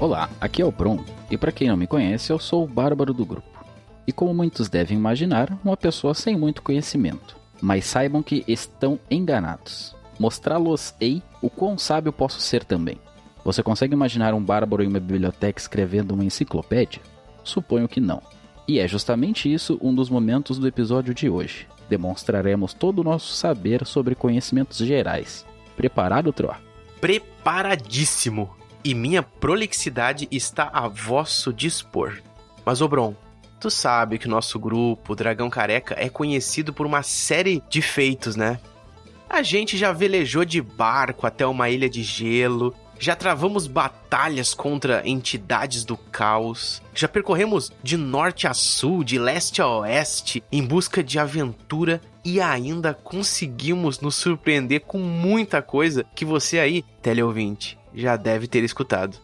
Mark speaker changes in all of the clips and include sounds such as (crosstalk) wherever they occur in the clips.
Speaker 1: Olá, aqui é o Bron, e para quem não me conhece, eu sou o bárbaro do grupo. E como muitos devem imaginar, uma pessoa sem muito conhecimento. Mas saibam que estão enganados. Mostrá-los-ei o quão sábio posso ser também. Você consegue imaginar um bárbaro em uma biblioteca escrevendo uma enciclopédia? Suponho que não. E é justamente isso um dos momentos do episódio de hoje. Demonstraremos todo o nosso saber sobre conhecimentos gerais. Preparado, Troa?
Speaker 2: Preparadíssimo! E minha prolixidade está a vosso dispor. Mas, Obron, tu sabe que o nosso grupo, o Dragão Careca, é conhecido por uma série de feitos, né? A gente já velejou de barco até uma ilha de gelo, já travamos batalhas contra entidades do caos, já percorremos de norte a sul, de leste a oeste, em busca de aventura e ainda conseguimos nos surpreender com muita coisa que você aí, teleouvinte, já deve ter escutado.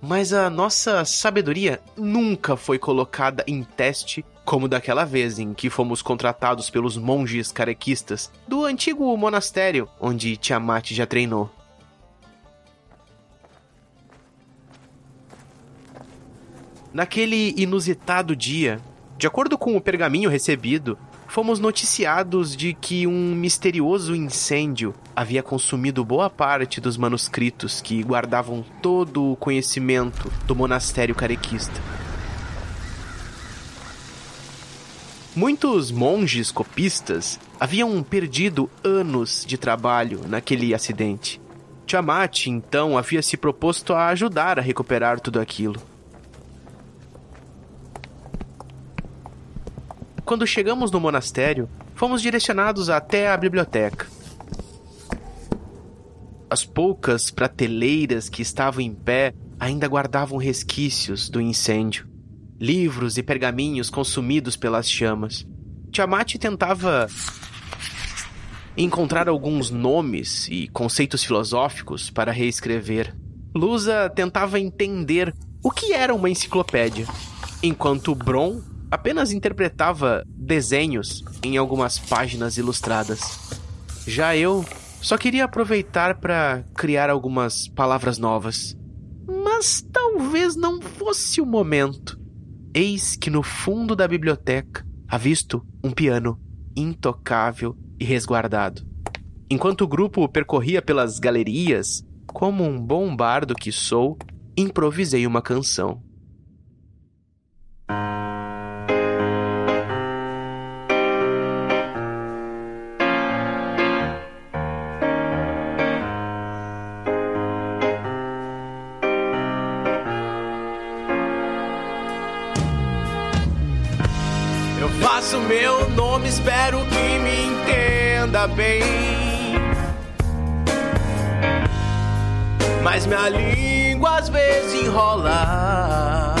Speaker 2: Mas a nossa sabedoria nunca foi colocada em teste como daquela vez em que fomos contratados pelos monges carequistas do antigo monastério onde Tiamat já treinou. Naquele inusitado dia, de acordo com o pergaminho recebido, fomos noticiados de que um misterioso incêndio havia consumido boa parte dos manuscritos que guardavam todo o conhecimento do monastério carequista. Muitos monges copistas haviam perdido anos de trabalho naquele acidente. Tiamat, então, havia se proposto a ajudar a recuperar tudo aquilo. quando chegamos no monastério, fomos direcionados até a biblioteca. As poucas prateleiras que estavam em pé ainda guardavam resquícios do incêndio, livros e pergaminhos consumidos pelas chamas. Tiamat tentava encontrar alguns nomes e conceitos filosóficos para reescrever. Lusa tentava entender o que era uma enciclopédia, enquanto Bron apenas interpretava desenhos em algumas páginas ilustradas. Já eu só queria aproveitar para criar algumas palavras novas. Mas talvez não fosse o momento. Eis que no fundo da biblioteca avisto um piano intocável e resguardado. Enquanto o grupo percorria pelas galerias, como um bom bardo que sou, improvisei uma canção. Eu faço meu nome, espero que me entenda bem. Mas minha língua às vezes enrola.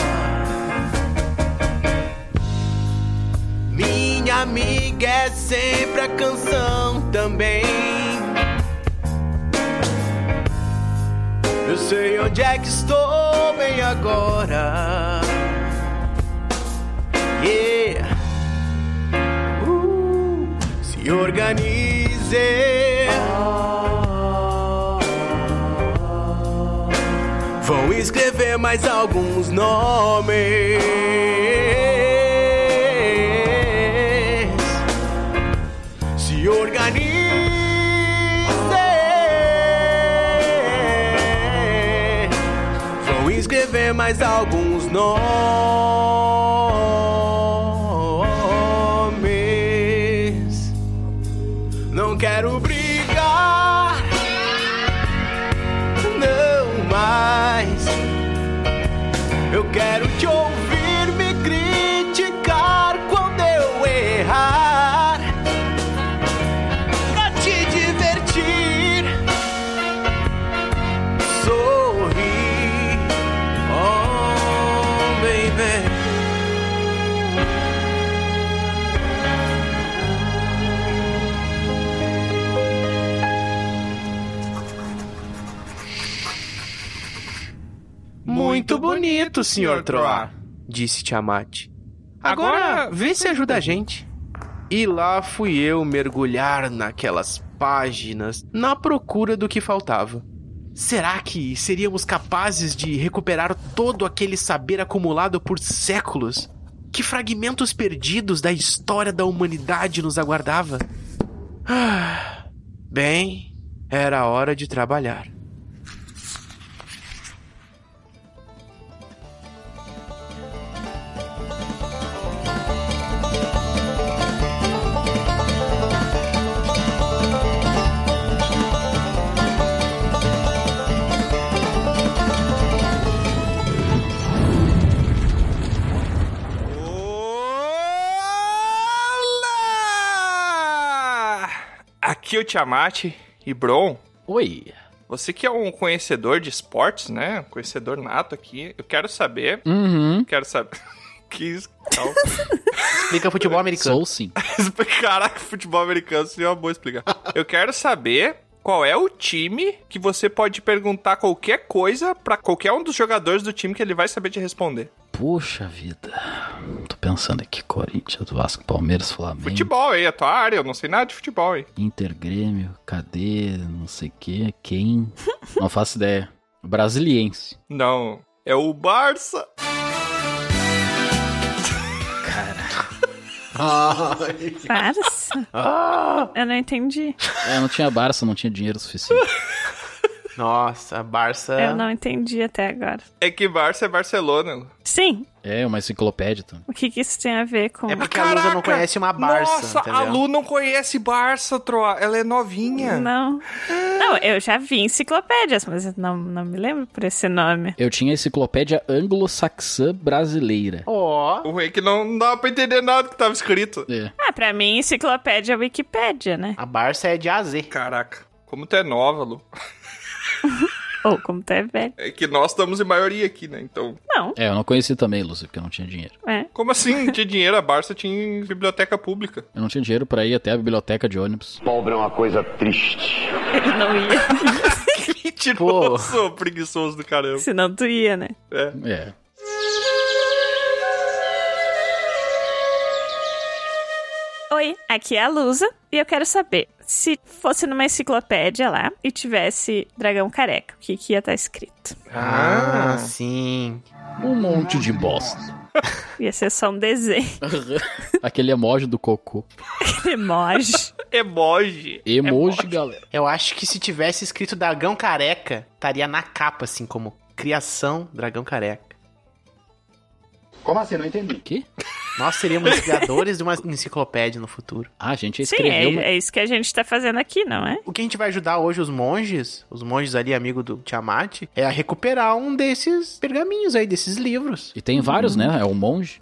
Speaker 2: Minha amiga é sempre a canção também. Eu sei onde é que estou bem agora. Yeah. Uh, se organize. Vou escrever mais alguns nomes. Se organize. Vou escrever mais alguns nomes. Não quero brigar, não mais. Eu quero te ouvir me criticar quando eu errar. Pra te divertir, sorrir, oh baby. Muito bonito, Sr. Troá, disse Tiamat. Agora vê se ajuda a gente. E lá fui eu mergulhar naquelas páginas na procura do que faltava.
Speaker 3: Será que seríamos capazes de recuperar todo aquele saber acumulado por séculos? Que fragmentos perdidos da história da humanidade nos aguardava? Ah, Bem, era a hora de trabalhar.
Speaker 2: Olá! Aqui é o Tiamat e Bron.
Speaker 1: Oi.
Speaker 2: Você que é um conhecedor de esportes, né? Um conhecedor nato aqui. Eu quero saber.
Speaker 1: Uhum.
Speaker 2: Quero saber. (laughs) que isso? Calma.
Speaker 3: (laughs) Explica futebol
Speaker 2: (laughs)
Speaker 3: americano.
Speaker 1: Sou sim.
Speaker 2: Caraca, futebol americano seria uma boa explicar. Eu quero saber. Qual é o time que você pode perguntar qualquer coisa pra qualquer um dos jogadores do time que ele vai saber te responder?
Speaker 1: Poxa vida. Tô pensando aqui, Corinthians, Vasco, Palmeiras, Flamengo,
Speaker 4: tipo-
Speaker 2: Futebol, aí, a tua área, eu não sei nada de futebol, hein?
Speaker 1: Inter, Grêmio, cadê, não sei o que,
Speaker 4: (laughs)
Speaker 1: quem? não faço ideia. Brasiliense.
Speaker 2: Não, é o Barça.
Speaker 1: Cara,
Speaker 3: (laughs)
Speaker 4: Barça?
Speaker 3: Ah,
Speaker 4: Eu não entendi.
Speaker 1: eu É, não tinha Barça, não tinha dinheiro suficiente.
Speaker 3: nossa, Barça.
Speaker 4: É, Eu não entendi até agora.
Speaker 2: É que Barça é Barcelona.
Speaker 4: Sim,
Speaker 1: É, uma enciclopédia também.
Speaker 4: o que, que isso tem a ver com.
Speaker 3: É porque a Lusa
Speaker 2: Caraca!
Speaker 3: não conhece uma Barça.
Speaker 2: Nossa,
Speaker 3: entendeu?
Speaker 2: a Lu não conhece Barça, Troa. Ela é novinha.
Speaker 4: Não. Não, eu já vi enciclopédias, mas eu não, não me lembro por esse nome.
Speaker 1: Eu tinha a enciclopédia anglo-saxã brasileira.
Speaker 3: Ó.
Speaker 2: O ruim é que não dá pra entender nada que tava escrito.
Speaker 1: É.
Speaker 4: Ah, pra mim, enciclopédia é Wikipédia, né?
Speaker 3: A Barça é de AZ.
Speaker 2: Caraca, como tu é nova, Lu.
Speaker 4: Ou como tu é velho.
Speaker 2: É que nós estamos em maioria aqui, né? Então,
Speaker 4: Não,
Speaker 1: É, eu não conheci também, Lúcio, porque eu não tinha dinheiro.
Speaker 4: é. (laughs)
Speaker 2: como (laughs) assim? Tinha dinheiro, a Barça tinha biblioteca pública. (laughs)
Speaker 1: Eu não tinha dinheiro pra ir até a biblioteca de ônibus.
Speaker 5: Pobre é uma coisa triste.
Speaker 4: Ele não ia. (laughs)
Speaker 2: Mentiroso, preguiçoso do caramba.
Speaker 4: Senão tu ia, né?
Speaker 2: É.
Speaker 1: É.
Speaker 4: Oi, aqui é a Lusa e eu quero saber se fosse numa enciclopédia lá e tivesse dragão careca, o que, que ia estar escrito?
Speaker 2: Ah,
Speaker 3: sim.
Speaker 1: Um monte de bosta.
Speaker 4: Ia ser só um desenho, (laughs)
Speaker 1: Aquele emoji do cocô. (laughs)
Speaker 4: emoji.
Speaker 2: Emoji.
Speaker 1: Emoji,
Speaker 4: É
Speaker 1: galera.
Speaker 3: Eu acho que se tivesse escrito Dragão Careca, estaria na capa, assim, como Criação Dragão Careca.
Speaker 5: Como assim? Não entendi.
Speaker 1: Quê?
Speaker 3: Nós seríamos criadores de uma enciclopédia no futuro.
Speaker 1: Ah, a gente
Speaker 4: Sim, é,
Speaker 1: escreveu. uma-
Speaker 4: é isso que a gente tá fazendo aqui, não é?
Speaker 3: O que a gente vai ajudar hoje os monges, os monges ali, amigo do Tiamat, é a recuperar um desses pergaminhos aí, desses livros.
Speaker 1: E tem vários, né? É o monge.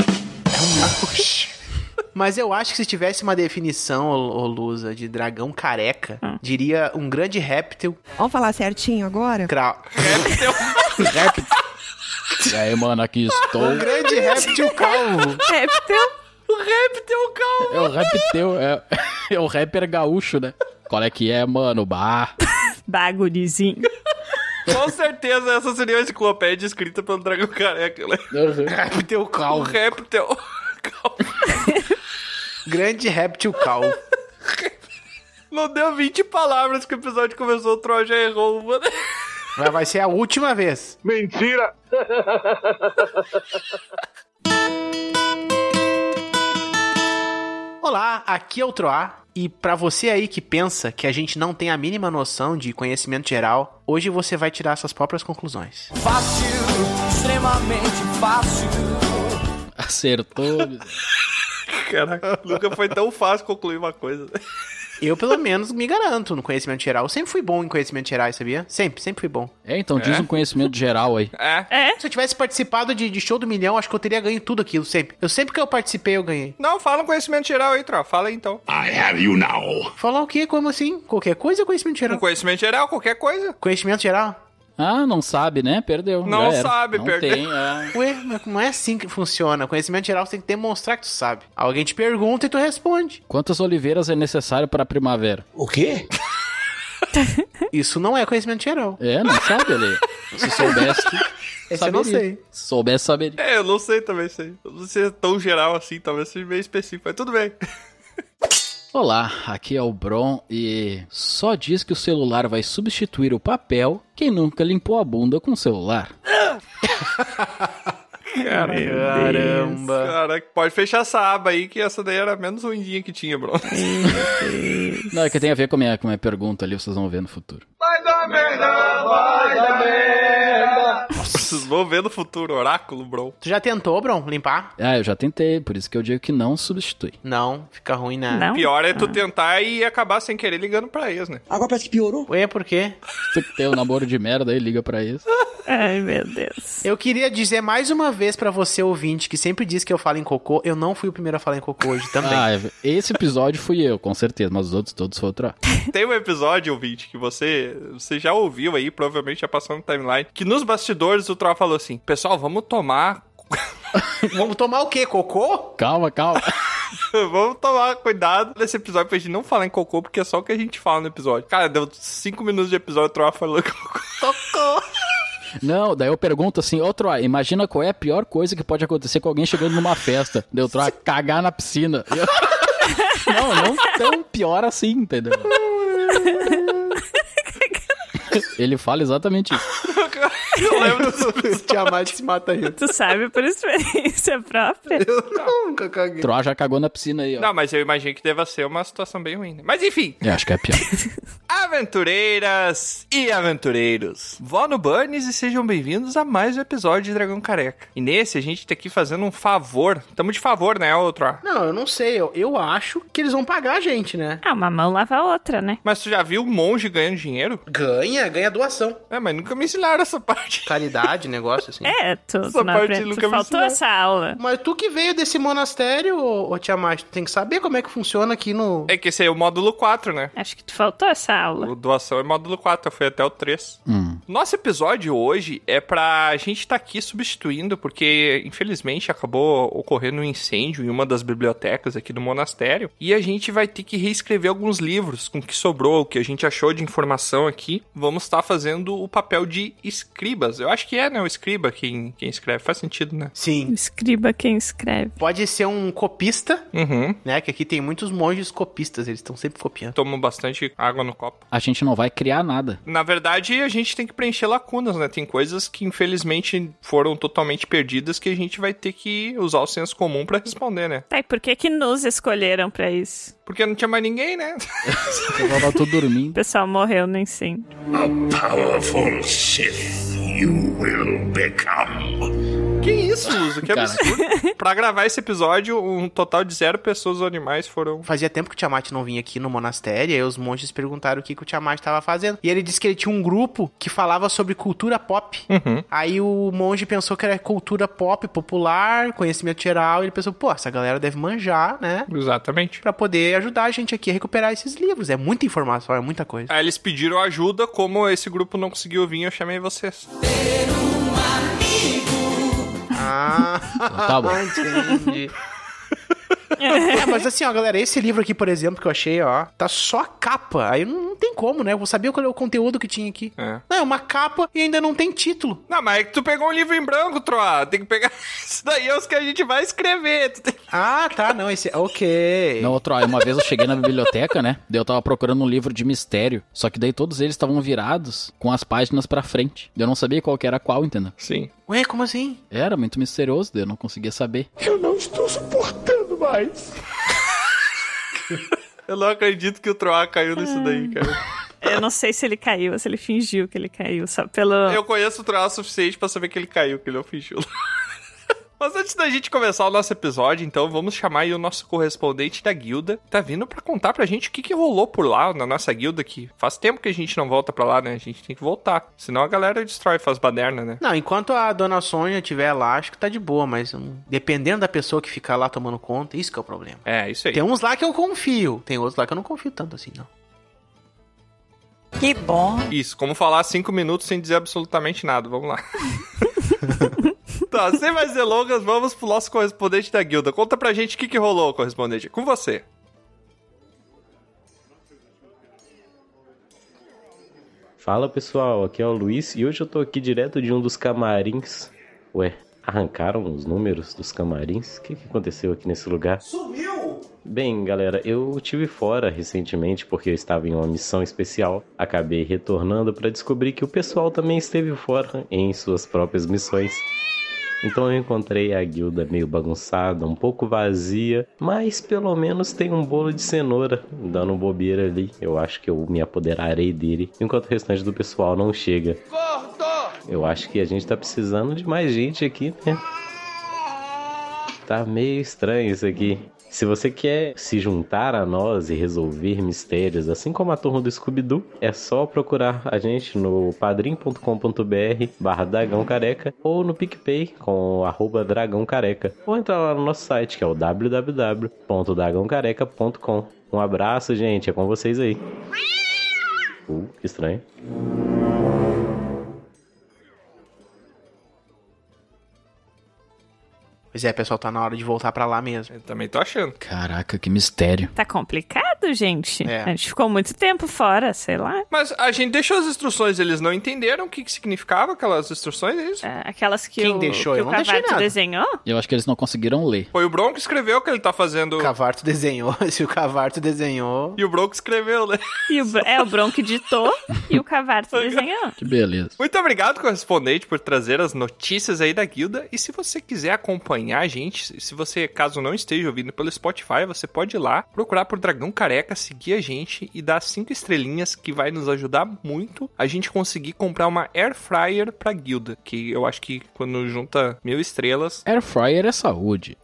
Speaker 3: Mas eu acho que se tivesse uma definição, ô- ô Lusa, de dragão careca,
Speaker 2: Hum.
Speaker 3: diria um grande réptil
Speaker 6: Vamos falar certinho agora?
Speaker 3: crau.
Speaker 2: (laughs)
Speaker 1: Rap. E aí, mano, aqui estou.
Speaker 3: Um grande réptil calvo.
Speaker 4: Réptil.
Speaker 1: É o rap teu. É, é o rapper gaúcho, né? Qual é que é, mano? Bah.
Speaker 4: Bagulhizinho.
Speaker 2: Com certeza essa seria uma enciclopédia escrita pelo Dragão Careca. né?
Speaker 3: Réptil
Speaker 2: O
Speaker 3: calvo.
Speaker 2: (laughs) réptil.
Speaker 3: Grande réptil calvo.
Speaker 2: Não deu 20 palavras que o episódio começou, o Troll já errou uma. né?
Speaker 3: Mas vai ser a última vez.
Speaker 5: Mentira!
Speaker 3: Olá, aqui é o Troá. E pra você aí que pensa que a gente não tem a mínima noção de conhecimento geral, hoje você vai tirar suas próprias conclusões.
Speaker 1: Acertou.
Speaker 2: Caraca, nunca foi tão fácil concluir uma coisa. né?
Speaker 3: Eu, pelo menos, me garanto no conhecimento geral. Eu sempre fui bom em conhecimento geral, sabia? Sempre, sempre fui bom.
Speaker 1: É, então diz um conhecimento geral aí.
Speaker 2: É.
Speaker 3: Se eu tivesse participado de, de show do milhão, acho que eu teria ganho tudo aquilo, sempre. Eu sempre que eu participei, eu ganhei.
Speaker 2: Não, fala um conhecimento geral aí, Tro. Fala aí, então.
Speaker 5: I have you now.
Speaker 3: Falar o quê? Como assim? Qualquer coisa ou conhecimento
Speaker 2: Um
Speaker 3: geral?
Speaker 2: conhecimento geral, qualquer coisa.
Speaker 3: Conhecimento geral?
Speaker 1: Ah, não sabe, né? Perdeu.
Speaker 2: Não
Speaker 1: Já era.
Speaker 2: sabe,
Speaker 1: não
Speaker 2: perdeu.
Speaker 1: Tem, é.
Speaker 3: Ué, mas não é assim que funciona. Conhecimento geral você tem que demonstrar que tu sabe. Alguém te pergunta e tu responde.
Speaker 1: Quantas oliveiras é necessário pra primavera?
Speaker 3: Isso não é conhecimento geral.
Speaker 1: É, não sabe, Ale. Se soubesse,
Speaker 3: Esse eu não
Speaker 1: saberia.
Speaker 3: sei.
Speaker 1: Se soubesse, saberia.
Speaker 2: É, eu não sei também, sei. Eu não sei se é tão geral assim, talvez seja meio específico, mas tudo bem.
Speaker 1: Olá, aqui é o Bron e só diz que o celular vai substituir o papel quem nunca limpou a bunda com o celular.
Speaker 3: Caramba.
Speaker 7: Cara, pode fechar essa aba aí, que essa daí era a menos ruimzinha que tinha, bro. (laughs)
Speaker 1: Não, é que tem a ver com a minha, com a minha pergunta ali, vocês vão ver no futuro.
Speaker 7: Vocês vão ver no futuro, oráculo, bro.
Speaker 3: Tu já tentou, Bron, limpar?
Speaker 1: Ah, eu já tentei, por isso que eu digo que não substitui.
Speaker 3: Não, fica ruim, né?
Speaker 4: Não?
Speaker 7: Pior é tu tentar e acabar sem querer ligando pra eles,
Speaker 2: (laughs)
Speaker 7: né?
Speaker 8: Agora parece que piorou.
Speaker 3: Ué, por quê?
Speaker 1: Você que tem um namoro de merda aí, liga pra isso.
Speaker 4: Ai, meu Deus.
Speaker 3: Eu queria dizer mais uma vez pra você, ouvinte, que sempre diz que eu falo em cocô. Eu não fui o primeiro a falar em cocô hoje também.
Speaker 1: Ah, esse episódio fui eu, com certeza, mas os outros todos foram outra.
Speaker 7: Tem um episódio, ouvinte, que você, você já ouviu aí, provavelmente já passou no timeline, que nos bastidores o Troll falou assim: Pessoal, vamos tomar.
Speaker 3: Vamos tomar o quê? Cocô?
Speaker 1: Calma, calma.
Speaker 7: (laughs) vamos tomar cuidado nesse episódio pra gente não falar em cocô, porque é só o que a gente fala no episódio. Cara, deu cinco minutos de episódio, o Troll falou cocô.
Speaker 1: Não, daí eu pergunto assim, ô Troá, imagina qual é a pior coisa que pode acontecer com alguém chegando numa festa. Deu Troá cagar na piscina. E eu- (laughs) Não, não tão pior assim, entendeu? Ele fala exatamente isso.
Speaker 7: (laughs)
Speaker 3: Eu lembro do Tiamat se mata rindo.
Speaker 4: Tu sabe por experiência própria.
Speaker 3: Nunca caguei.
Speaker 1: Troá já cagou na piscina aí, ó.
Speaker 7: Não, mas eu imagino que deva ser uma situação bem ruim. Né? Mas enfim,
Speaker 1: Eu acho que é pior.
Speaker 7: aventureiras e aventureiros. Vó no Burns e sejam bem-vindos a mais um episódio de Dragão Careca. E nesse a gente tá aqui fazendo um favor. Tamo de favor, né, ô Troá?
Speaker 3: Não, eu não sei. Eu, eu acho que eles vão pagar a gente, né?
Speaker 4: Ah, uma mão lava a outra, né?
Speaker 7: Mas tu já viu um monge ganhando dinheiro?
Speaker 3: Ganha, ganha doação.
Speaker 7: É, mas nunca me ensinaram essa (laughs) parte.
Speaker 3: Caridade, (laughs) negócio assim.
Speaker 4: É, tu, tu
Speaker 7: Essa
Speaker 4: não
Speaker 7: parte
Speaker 4: apre-
Speaker 7: nunca
Speaker 4: tu
Speaker 7: me
Speaker 4: faltou
Speaker 7: ensinaram.
Speaker 4: essa aula.
Speaker 3: Mas tu que veio desse monastério, ô, ô Tiamat, tu tem que saber como é que funciona aqui no...
Speaker 7: É que esse aí é o módulo 4, né?
Speaker 4: Acho que tu faltou essa aula.
Speaker 7: O doação é módulo 4, eu fui até o 3.
Speaker 1: Hum.
Speaker 7: Nosso episódio hoje é pra gente estar aqui substituindo, porque infelizmente acabou ocorrendo um incêndio em uma das bibliotecas aqui do monastério. E a gente vai ter que reescrever alguns livros com o que sobrou, o que a gente achou de informação aqui. Vamos estar fazendo o papel de escribas. Eu acho que é, né? O escriba quem, quem escreve. Faz sentido, né?
Speaker 3: Sim.
Speaker 4: Escriba quem escreve.
Speaker 3: Pode ser um copista,
Speaker 7: Uhum.
Speaker 3: né? Que aqui tem muitos monges copistas, eles estão sempre copiando.
Speaker 7: Tomo bastante água no copo.
Speaker 1: A gente não vai criar nada.
Speaker 7: Na verdade, a gente tem que preencher lacunas, né? Tem coisas que infelizmente foram totalmente perdidas que a gente vai ter que usar o senso comum pra responder, né?
Speaker 4: Tá, e por que que nos escolheram pra isso?
Speaker 7: Porque não tinha mais ninguém, né? (laughs)
Speaker 1: Eu vou tô
Speaker 4: O
Speaker 1: dormindo.
Speaker 4: pessoal morreu no incêndio.
Speaker 9: Powerful Sith you will become.
Speaker 7: que isso, Luso? Que
Speaker 1: Cara.
Speaker 7: absurdo. pra gravar esse episódio, um total de zero pessoas ou animais foram.
Speaker 3: Fazia tempo que o Tiamat não vinha aqui no monastério, e aí os monges perguntaram o que, que o Tiamat estava fazendo. E ele disse que ele tinha um grupo que falava sobre cultura pop.
Speaker 7: Uhum.
Speaker 3: Aí o monge pensou que era cultura pop, popular, conhecimento geral. Ele pensou, pô, essa galera deve manjar, né?
Speaker 7: Exatamente.
Speaker 3: Pra poder ajudar a gente aqui a recuperar esses livros. É muita informação, é muita coisa.
Speaker 7: Aí eles pediram ajuda, como esse grupo não conseguiu vir, eu chamei vocês.
Speaker 3: Ah,
Speaker 1: tá bom.
Speaker 3: entendi. É, mas assim, ó, galera, esse livro aqui, por exemplo, que eu achei, ó, tá só a capa. Aí não, não tem como, né? Eu vou saber qual é o conteúdo que tinha aqui.
Speaker 7: É.
Speaker 3: Não, é uma capa e ainda não tem título.
Speaker 7: Não, mas é que tu pegou um livro em branco, Troa. Tem que pegar. (laughs) Isso daí é os que a gente vai escrever. Tu tem-
Speaker 3: Ah, tá, não, esse. Ok.
Speaker 1: Não, outro, ó, uma vez eu cheguei na biblioteca, né? Daí eu tava procurando um livro de mistério. Só que daí todos eles estavam virados com as páginas pra frente. Eu não sabia qual que era qual, entendeu?
Speaker 7: Sim.
Speaker 3: Ué, como assim?
Speaker 1: Era muito misterioso, daí eu não conseguia saber.
Speaker 9: Eu não estou suportando mais.
Speaker 7: (laughs) Eu não acredito que o Troá caiu nisso daí, cara.
Speaker 4: Eu não sei se ele caiu ou se ele fingiu que ele caiu, só pelo...
Speaker 7: Eu conheço o Troá o suficiente pra saber que ele caiu, que ele não fingiu. (laughs) Mas antes da gente começar o nosso episódio, então vamos chamar aí o nosso correspondente da guilda. Tá vindo pra contar pra gente o que, que rolou por lá na nossa guilda, que faz tempo que a gente não volta pra lá, né? A gente tem que voltar. Senão a galera destrói, faz baderna, né?
Speaker 3: Não, enquanto a dona Sônia estiver lá, acho que tá de boa, mas hum, dependendo da pessoa que ficar lá tomando conta, isso que é o problema.
Speaker 7: É, isso aí.
Speaker 3: Tem uns lá que eu confio, tem outros lá que eu não confio tanto assim, não.
Speaker 2: Que bom.
Speaker 7: Isso, como falar cinco minutos sem dizer absolutamente nada. Vamos lá. tá, sem mais delongas, vamos pro nosso correspondente da guilda. Conta pra gente o que, que rolou, correspondente. É Com você.
Speaker 10: Fala pessoal, aqui é o Luiz e hoje eu tô aqui direto de um dos camarins. Ué, arrancaram os números dos camarins? O que, que aconteceu aqui nesse lugar? Sumiu! Bem, galera, eu tive fora recentemente porque eu estava em uma missão especial. Acabei retornando para descobrir que o pessoal também esteve fora em suas próprias missões. Então eu encontrei a guilda meio bagunçada, um pouco vazia, mas pelo menos tem um bolo de cenoura dando bobeira ali. Eu acho que eu me apoderarei dele, enquanto o restante do pessoal não chega. Eu acho que a gente tá precisando de mais gente aqui, né? Tá meio estranho isso aqui. Se você quer se juntar a nós e resolver mistérios, assim como a turma do Scooby-Doo, é só procurar a gente no padrim.com.br barra Dragão Careca ou no PicPay com o arroba Dragão Careca. Ou entrar lá no nosso site, que é o www.dragãocareca.com. Um abraço, gente. É com vocês aí. Uh, que estranho.
Speaker 3: Pois é, pessoal, tá na hora de voltar pra lá mesmo.
Speaker 7: Eu também tô achando.
Speaker 1: Caraca, que mistério.
Speaker 4: Tá complicado, gente.
Speaker 3: É.
Speaker 4: A gente ficou muito tempo fora, sei lá.
Speaker 7: Mas a gente deixou as instruções, eles não entenderam o que, que significava aquelas instruções, é isso?
Speaker 4: É, Aquelas que
Speaker 3: Quem
Speaker 4: o,
Speaker 3: deixou?
Speaker 4: que
Speaker 3: Eu
Speaker 4: o
Speaker 3: não deixei
Speaker 4: Cavato
Speaker 3: nada.
Speaker 4: desenhou.
Speaker 1: Eu acho que eles não conseguiram ler.
Speaker 7: Foi o Bron que escreveu que ele tá fazendo.
Speaker 3: O Cavarto desenhou. (laughs) Se o Cavarto desenhou.
Speaker 7: E o Bron que escreveu, né? (laughs)
Speaker 4: E o, é, o Bronco ditou e o Cavato desenhou.
Speaker 1: Que beleza.
Speaker 7: Muito obrigado, correspondente, por trazer as notícias aí da guilda. E se você quiser acompanhar a gente, se você, caso não esteja ouvindo pelo Spotify, você pode ir lá, procurar por Dragão Careca, seguir a gente e dar cinco estrelinhas, que vai nos ajudar muito a gente conseguir comprar uma Air Fryer pra guilda. Que eu acho que quando junta mil estrelas,
Speaker 1: Air fryer é saúde.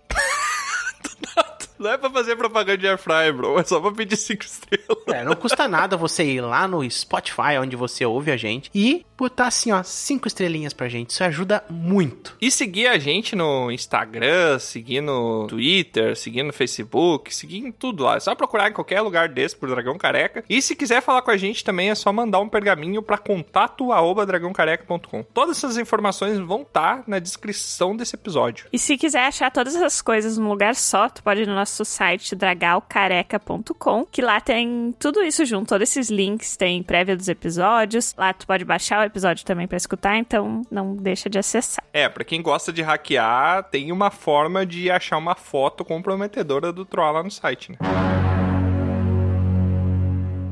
Speaker 7: não é pra fazer propaganda de Air Fryer, bro. É só pra pedir cinco estrelas.
Speaker 3: É, não custa nada você ir lá no Spotify, onde você ouve a gente, e botar assim, ó, cinco estrelinhas pra gente. Isso ajuda muito.
Speaker 7: E seguir a gente no Instagram, seguir no Twitter, seguir no Facebook, seguir em tudo lá. É só procurar em qualquer lugar desse por Dragão Careca. E se quiser falar com a gente também, é só mandar um pergaminho para contato@dragãocareca.com. Todas essas informações vão estar na descrição desse episódio.
Speaker 4: E se quiser achar todas essas coisas num lugar só, tu pode ir no nosso site dragalcareca.com, que lá tem tudo isso junto, todos esses links, tem prévia dos episódios. Lá tu pode baixar o episódio também pra escutar, então não deixa de acessar. (laughs)
Speaker 7: É, pra quem gosta de hackear, tem uma forma de achar uma foto comprometedora do Troll lá no site, né?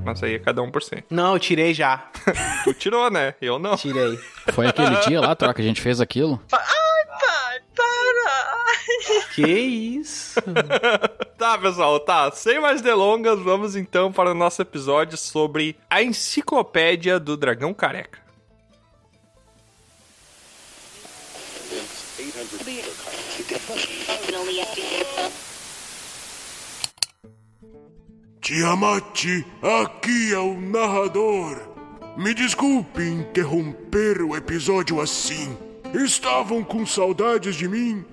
Speaker 7: Mas aí é cada um por cento.
Speaker 3: Não, eu tirei já.
Speaker 7: Tu tirou, né? Eu não.
Speaker 3: Tirei.
Speaker 1: Foi aquele dia lá, troca, que a gente fez aquilo?
Speaker 3: que isso?
Speaker 7: Tá, pessoal, tá. Sem mais delongas, vamos então para o nosso episódio sobre a enciclopédia do dragão careca.
Speaker 9: Tiamat, aqui é o narrador. Me desculpe interromper o episódio assim. Estavam com saudades de mim?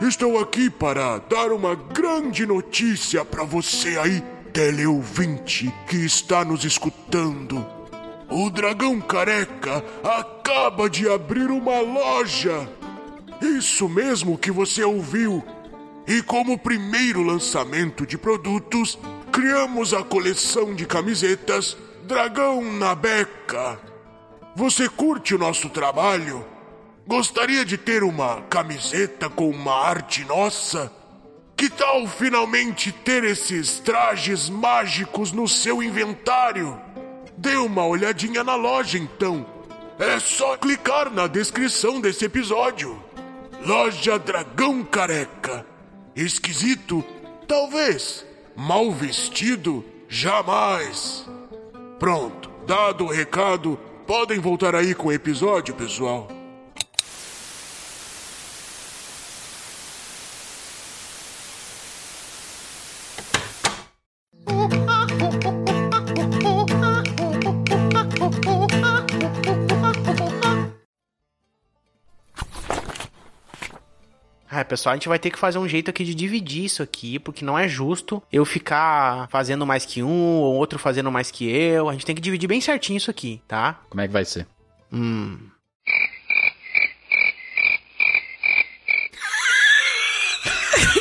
Speaker 9: Estou aqui para dar uma grande notícia para você aí, teleouvinte que está nos escutando. O Dragão Careca acaba de abrir uma loja. Isso mesmo que você ouviu. E como primeiro lançamento de produtos, criamos a coleção de camisetas Dragão na Beca. Você curte o nosso trabalho? Gostaria de ter uma camiseta com uma arte nossa? Que tal finalmente ter esses trajes mágicos no seu inventário? Dê uma olhadinha na loja então. É só clicar na descrição desse episódio. Loja Dragão Careca. Esquisito? Talvez. Mal vestido? Jamais. Pronto, dado o recado, podem voltar aí com o episódio, pessoal.
Speaker 3: Ah, pessoal, a gente vai ter que fazer um jeito aqui de dividir isso aqui, porque não é justo eu ficar fazendo mais que um ou outro fazendo mais que eu. A gente tem que dividir bem certinho isso aqui, tá?
Speaker 1: Como é que vai ser?
Speaker 3: Hum.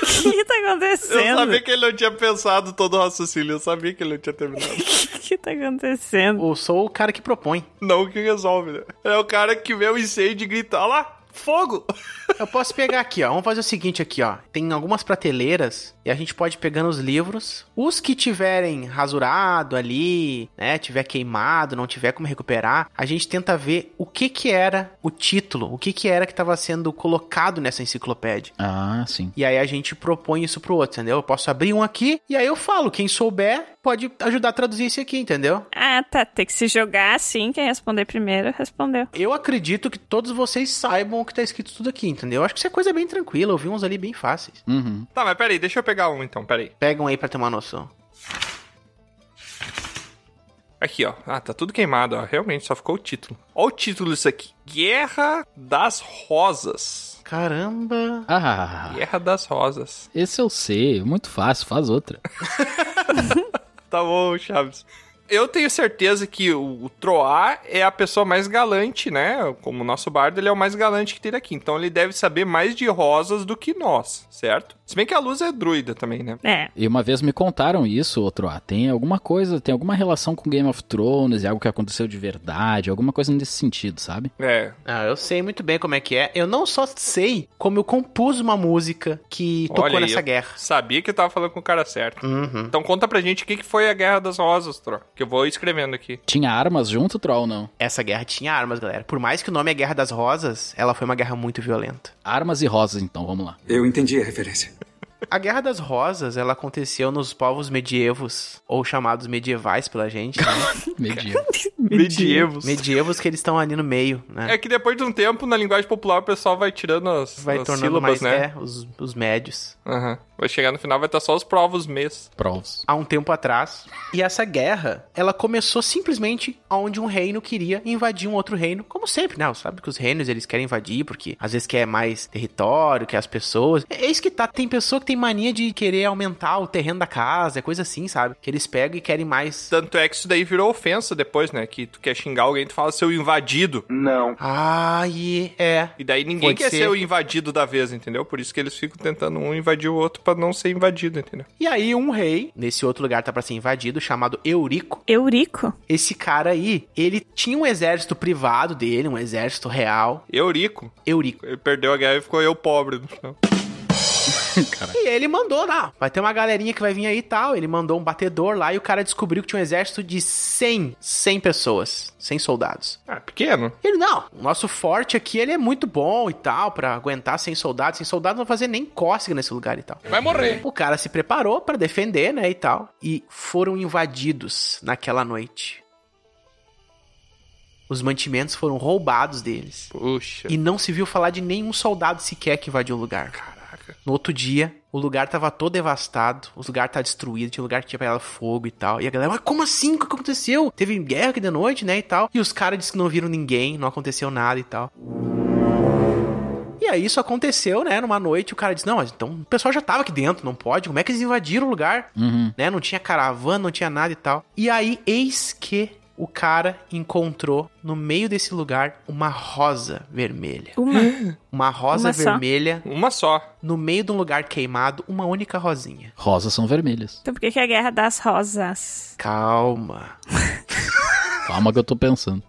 Speaker 4: O que tá
Speaker 7: Eu sabia
Speaker 4: acontecendo?
Speaker 7: que ele não tinha pensado todo o raciocínio, eu sabia que ele não tinha terminado. (laughs)
Speaker 4: O que tá acontecendo?
Speaker 3: Eu sou o cara que propõe.
Speaker 7: não que resolve, né? É o cara que vê o incêndio e grita, olha lá,
Speaker 3: Fogo! Eu posso pegar aqui, ó. Vamos fazer o seguinte aqui, ó. Tem algumas prateleiras e a gente pode ir pegando os livros. Os que tiverem rasurado ali, né, tiver queimado, não tiver como recuperar, a gente tenta ver o que que era o título, o que que era que estava sendo colocado nessa enciclopédia.
Speaker 1: Ah, sim.
Speaker 3: E aí a gente propõe isso pro outro, entendeu? Eu posso abrir um aqui e aí eu falo, quem souber pode ajudar a traduzir esse aqui, entendeu?
Speaker 4: Ah, tá. Tem que se jogar assim. Quem responder primeiro, respondeu.
Speaker 3: Eu acredito que todos vocês saibam o que tá escrito tudo aqui, entendeu? Acho que isso é coisa bem tranquila, eu vi uns ali bem fáceis.
Speaker 1: Uhum.
Speaker 7: Tá, mas peraí, deixa eu pegar um então, peraí.
Speaker 3: Pegam aí pra ter uma noção.
Speaker 7: Aqui, ó. Ah, tá tudo queimado, ó. Realmente, só ficou o título. Ó o título disso aqui. Guerra das Rosas.
Speaker 3: Caramba!
Speaker 1: Ah,
Speaker 7: Guerra das Rosas.
Speaker 1: esse eu sei. Muito fácil, faz outra.
Speaker 7: Tá bom, Chaves. Eu tenho certeza que o, o Troar é a pessoa mais galante, né? Como o nosso bardo, ele é o mais galante que tem aqui. Então ele deve saber mais de rosas do que nós, certo? Se bem que a luz é druida também, né?
Speaker 4: É.
Speaker 1: E uma vez me contaram isso, outro, ah, tem alguma coisa, tem alguma relação com Game of Thrones, é algo que aconteceu de verdade, alguma coisa nesse sentido, sabe?
Speaker 7: É.
Speaker 3: Ah, eu sei muito bem como é que é. Eu não só sei como eu compus uma música que tocou
Speaker 7: Olha aí,
Speaker 3: nessa
Speaker 7: eu
Speaker 3: guerra.
Speaker 7: Sabia que eu tava falando com o cara certo.
Speaker 3: Uhum.
Speaker 7: Então conta pra gente o que, que foi a Guerra das Rosas, Tro. Que eu vou escrevendo aqui.
Speaker 1: Tinha armas junto, Troll, não?
Speaker 3: Essa guerra tinha armas, galera. Por mais que o nome é Guerra das Rosas, ela foi uma guerra muito violenta.
Speaker 1: Armas e rosas, então, vamos lá.
Speaker 8: Eu entendi a referência.
Speaker 3: A Guerra das Rosas, ela aconteceu nos povos medievos, ou chamados medievais pela gente, né?
Speaker 1: Medieval.
Speaker 7: (laughs) Medievos.
Speaker 3: medievos que eles estão ali no meio, né?
Speaker 7: É que depois de um tempo, na linguagem popular, o pessoal vai tirando as,
Speaker 3: Vai
Speaker 7: as
Speaker 3: tornando mais,
Speaker 7: sílabas, né?
Speaker 3: é, os, os médios.
Speaker 7: Aham. Vai chegar no final, vai estar só os provos mês.
Speaker 1: Provos.
Speaker 3: há um tempo atrás. E essa guerra, ela começou simplesmente onde um reino queria invadir um outro reino, como sempre, né? Sabe que os reinos eles querem invadir porque às vezes quer mais território, quer as pessoas. É isso que tá, tem pessoa que tem mania de querer aumentar o terreno da casa, é coisa assim, sabe? Que eles pegam e querem mais.
Speaker 7: Tanto é que isso daí virou ofensa depois, né? Que tu quer xingar alguém, tu fala seu invadido.
Speaker 8: Não.
Speaker 3: Ah, e é.
Speaker 7: E daí ninguém
Speaker 3: Pode
Speaker 7: quer ser.
Speaker 3: ser.
Speaker 7: o invadido da vez, entendeu? Por isso que eles ficam tentando um invadir o outro pra não ser invadido, entendeu?
Speaker 3: E aí um rei, nesse outro lugar tá pra ser invadido, chamado Eurico,
Speaker 4: Eurico?
Speaker 3: esse cara aí, ele tinha um exército privado dele, um exército real,
Speaker 7: Eurico,
Speaker 3: Eurico.
Speaker 7: ele perdeu a guerra e ficou eu pobre no final.
Speaker 3: E ele mandou lá. Vai ter uma galerinha que vai vir aí e tal. Ele mandou um batedor lá e o cara descobriu que tinha um exército de 100, 100 pessoas, 100 soldados.
Speaker 7: Ah, pequeno.
Speaker 3: Ele, não, o nosso forte aqui, ele é muito bom e tal, pra aguentar 100 soldados. 100 soldados não vão fazer nem cócega nesse lugar e tal.
Speaker 7: Vai morrer.
Speaker 3: O cara se preparou pra defender, né, e tal. E foram invadidos naquela noite. Os mantimentos foram roubados deles.
Speaker 7: Puxa.
Speaker 3: E não se viu falar de nenhum soldado sequer que invadiu o lugar.
Speaker 7: Caraca.
Speaker 3: No outro dia, o lugar tava todo devastado, o lugar tá destruído, tinha lugar que tinha pegado fogo e tal. E a galera, mas como assim? O que aconteceu? Teve guerra aqui de noite, né? E tal. E os caras disseram que não viram ninguém, não aconteceu nada e tal. E aí isso aconteceu, né? Numa noite, o cara disse: Não, mas então o pessoal já tava aqui dentro, não pode. Como é que eles invadiram o lugar?
Speaker 1: Uhum.
Speaker 3: né? Não tinha caravana, não tinha nada e tal. E aí, eis que o cara encontrou no meio desse lugar uma rosa vermelha.
Speaker 4: Uma.
Speaker 3: Uma rosa
Speaker 4: Uma só?
Speaker 3: vermelha
Speaker 7: Uma só.
Speaker 3: no meio de um lugar queimado, uma única rosinha.
Speaker 1: Rosas são vermelhas.
Speaker 4: Então por que, que é a Guerra das Rosas?
Speaker 3: Calma.
Speaker 1: Calma que eu tô pensando.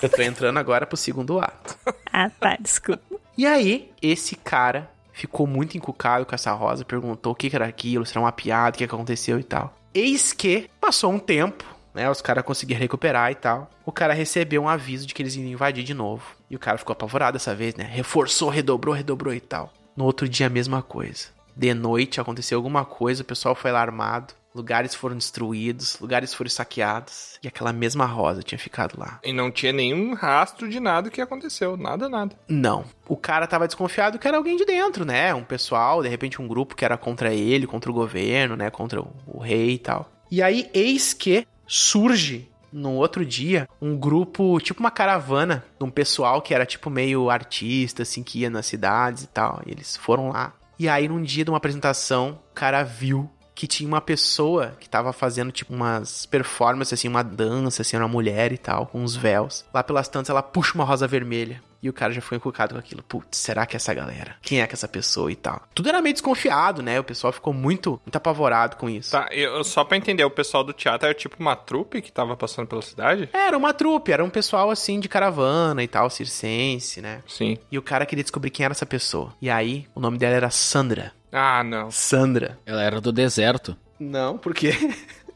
Speaker 3: Eu tô entrando agora pro segundo ato.
Speaker 4: Ah, tá, desculpa.
Speaker 3: E aí, esse cara ficou muito encucado com essa rosa, perguntou o que que era aquilo, se era uma piada, o que que aconteceu e tal. Eis que passou um tempo, né? Os caras conseguiram recuperar e tal. O cara recebeu um aviso de que eles iam invadir de novo. E o cara ficou apavorado dessa vez, né? Reforçou, redobrou, redobrou e tal. No outro dia, a mesma coisa. De noite aconteceu alguma coisa, o pessoal foi lá armado, lugares foram destruídos, lugares foram saqueados. E aquela mesma rosa tinha ficado lá.
Speaker 7: E não tinha nenhum rastro de nada que aconteceu. Nada, nada.
Speaker 3: Não. O cara tava desconfiado que era alguém de dentro, né? Um pessoal, de repente um grupo que era contra ele, contra o governo, né? Contra o, o rei e tal. E aí, eis que surge no outro dia um grupo, tipo uma caravana, de um pessoal que era tipo meio artista, assim, que ia nas cidades e tal. E eles foram lá. E aí, num dia de uma apresentação, o cara viu que tinha uma pessoa que tava fazendo, tipo, umas performances, assim, uma dança, assim, era uma mulher e tal, com uns véus. Lá pelas tantas, ela puxa uma rosa vermelha. E o cara já foi encucado com aquilo. Putz, será que é essa galera? Quem é que é essa pessoa e tal? Tudo era meio desconfiado, né? O pessoal ficou muito, muito apavorado com isso.
Speaker 7: Tá, eu, só pra entender, o pessoal do teatro era tipo uma trupe que tava passando pela cidade?
Speaker 3: Era uma trupe, era um pessoal assim de caravana e tal, circense, né?
Speaker 7: Sim.
Speaker 3: E o cara queria descobrir quem era essa pessoa. E aí, o nome dela era Sandra.
Speaker 7: Ah, não.
Speaker 3: Sandra.
Speaker 1: Ela era do deserto.
Speaker 3: Não, por quê?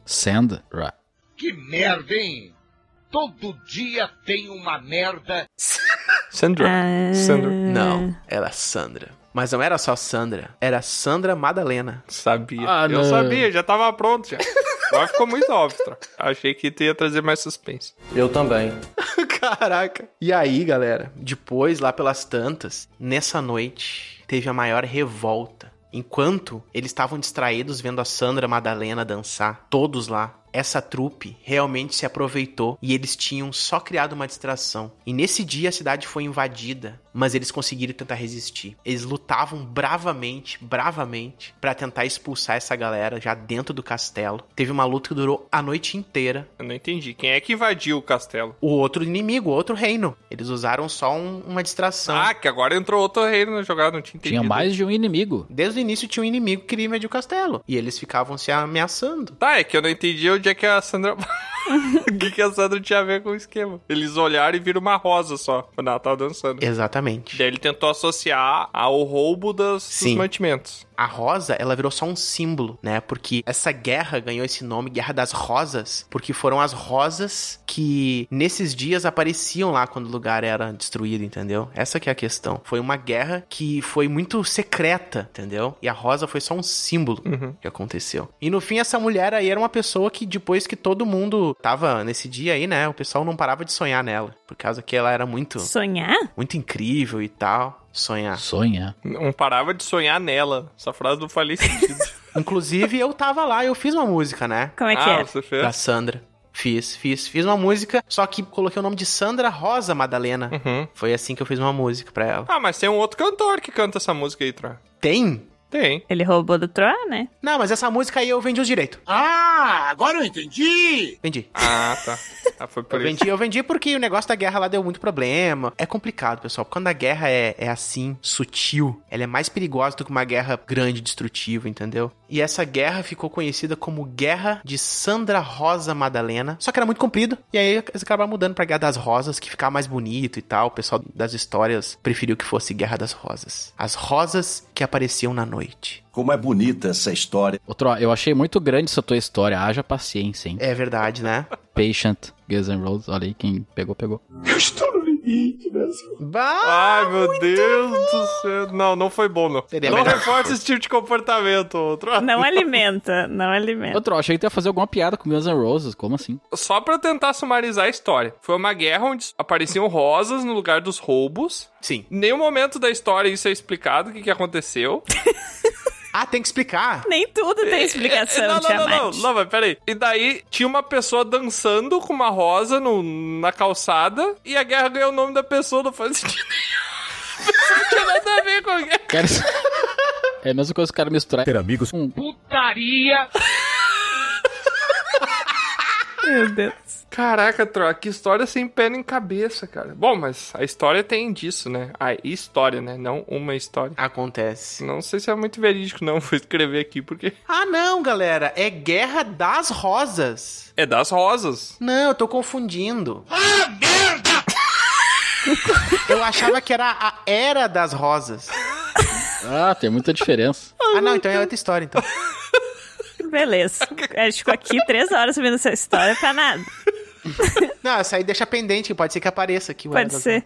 Speaker 1: Sandra.
Speaker 8: Que merda, hein? Todo dia tem uma merda.
Speaker 7: Sandra.
Speaker 4: Ah.
Speaker 7: Sandra.
Speaker 3: Não, era Sandra. Mas não era só Sandra, era Sandra Madalena.
Speaker 7: Sabia.
Speaker 1: Ah,
Speaker 7: eu
Speaker 1: não.
Speaker 7: sabia, já tava pronto já. Agora ficou muito óbvio. tá? Achei que tu ia trazer mais suspense.
Speaker 10: Eu também.
Speaker 3: (laughs) Caraca. E aí, galera, depois, lá pelas tantas, nessa noite, teve a maior revolta. Enquanto eles estavam distraídos vendo a Sandra Madalena dançar, todos lá, essa trupe realmente se aproveitou e eles tinham só criado uma distração. E nesse dia a cidade foi invadida, mas eles conseguiram tentar resistir. Eles lutavam bravamente, bravamente, pra tentar expulsar essa galera já dentro do castelo. Teve uma luta que durou a noite inteira,
Speaker 7: Eu não entendi. Quem é que invadiu o castelo?
Speaker 3: o outro inimigo, o outro reino. Eles usaram só um- uma distração.
Speaker 7: Ah, que agora entrou outro reino na jogada, não tinha entendido.
Speaker 1: Tinha mais de um inimigo.
Speaker 3: Desde o início tinha um inimigo que queria invadir o castelo. E eles ficavam se ameaçando.
Speaker 7: Tá, é que eu não entendi onde é que a Sandra. (laughs) O que, que a Sandra tinha a ver com o esquema? Eles olharam e viram uma rosa só, quando ela tava dançando.
Speaker 3: Exatamente.
Speaker 7: Daí ele tentou associar ao roubo das, dos
Speaker 3: Sim.
Speaker 7: mantimentos.
Speaker 3: A rosa, ela virou só um símbolo, né? Porque essa guerra ganhou esse nome, Guerra das Rosas, porque foram as rosas que nesses dias apareciam lá quando o lugar era destruído, entendeu? Essa que é a questão. Foi uma guerra que foi muito secreta, entendeu? E a rosa foi só um símbolo.
Speaker 7: Uhum.
Speaker 3: que aconteceu. E no fim, essa mulher aí era uma pessoa que depois que todo mundo tava nesse dia aí, né? O pessoal não parava de sonhar nela. Por causa que ela era muito,
Speaker 4: Sonhar?
Speaker 3: muito incrível e tal. Sonhar.
Speaker 1: Sonha.
Speaker 7: Não Um parava de sonhar nela. Essa frase não falia sentido.
Speaker 3: Inclusive, eu tava lá, eu fiz uma música, né?
Speaker 4: Como é que
Speaker 7: ah,
Speaker 4: é?
Speaker 7: você
Speaker 3: Da
Speaker 7: fez?
Speaker 3: Sandra. Fiz, fiz, fiz uma música, só que coloquei o nome de Sandra Rosa Madalena.
Speaker 7: Uhum.
Speaker 3: Foi assim que eu fiz uma música pra ela.
Speaker 7: Ah, mas tem um outro cantor que canta essa música aí, Tron.
Speaker 3: Tem?
Speaker 7: Tem.
Speaker 4: Ele roubou do Troá, né?
Speaker 3: Não, mas essa música aí eu vendi os direitos.
Speaker 8: Ah, agora eu entendi!
Speaker 3: Vendi.
Speaker 7: Ah, tá. Ah, foi
Speaker 3: Eu
Speaker 7: por isso.
Speaker 3: vendi, eu vendi porque o negócio da guerra lá deu muito problema. É complicado, pessoal. Quando a guerra é, é assim, sutil, ela é mais perigosa do que uma guerra grande, destrutiva, entendeu? E essa guerra ficou conhecida como Guerra de Sandra Rosa Madalena. Só que era muito comprido. E aí eles acabaram mudando pra Guerra das Rosas, que ficava mais bonito e tal. O pessoal das histórias preferiu que fosse Guerra das Rosas. As rosas que apareciam na noite.
Speaker 11: Como é bonita essa história.
Speaker 1: Outro, ó, eu achei muito grande essa tua história. Haja paciência, hein?
Speaker 3: É verdade, né?
Speaker 1: Patient, Guns N' Roses. Olha aí, quem pegou, pegou.
Speaker 9: Eu estou no limite, Brasil.
Speaker 3: Bah!
Speaker 7: Ai, meu Deus do céu. Não, não foi bom, não.
Speaker 3: Seria
Speaker 7: não
Speaker 3: melhor.
Speaker 7: reforça esse tipo de comportamento, outro. (laughs)
Speaker 4: Não alimenta, não alimenta.
Speaker 1: Outro, ó, achei que tu ia fazer alguma piada com Guns N' Roses. Como assim?
Speaker 7: Só pra tentar sumarizar a história. Foi uma guerra onde apareciam rosas no lugar dos roubos.
Speaker 3: Sim.
Speaker 7: Em nenhum momento da história isso é explicado, o que, que aconteceu.
Speaker 3: Ah, tem que explicar.
Speaker 4: Nem tudo (laughs) tem explicação,
Speaker 7: (laughs) não, não, não,
Speaker 4: Tiamat.
Speaker 7: não, não, mas peraí. E daí tinha uma pessoa dançando com uma rosa no- na calçada e a guerra ganhou o nome da pessoa, não faz (laughs) sentido. nenhum. Não tinha nada a ver com a guerra.
Speaker 1: Cara, isso- (laughs) é a mesma coisa que o cara misturar. Ter amigos. Um
Speaker 8: Putaria!
Speaker 4: Meu Deus.
Speaker 7: Caraca, Troa, que história sem pé nem cabeça, cara. Bom, mas a história tem disso, né? A história, né? Não uma história.
Speaker 3: Acontece.
Speaker 7: Não sei se é muito verídico, não. Vou escrever aqui, porque.
Speaker 3: Ah, não, galera. É Guerra das Rosas.
Speaker 7: É das rosas.
Speaker 3: Não, eu tô confundindo.
Speaker 8: Ah, merda!
Speaker 3: (laughs) Eu achava que era a Era das Rosas.
Speaker 1: Ah, tem muita diferença.
Speaker 3: Ah, não, então é outra história, então.
Speaker 4: Beleza. A gente ficou aqui três horas subindo essa história pra nada.
Speaker 3: Não, essa aí deixa pendente, que pode ser que apareça aqui. o Era
Speaker 4: Pode
Speaker 3: das
Speaker 4: ser.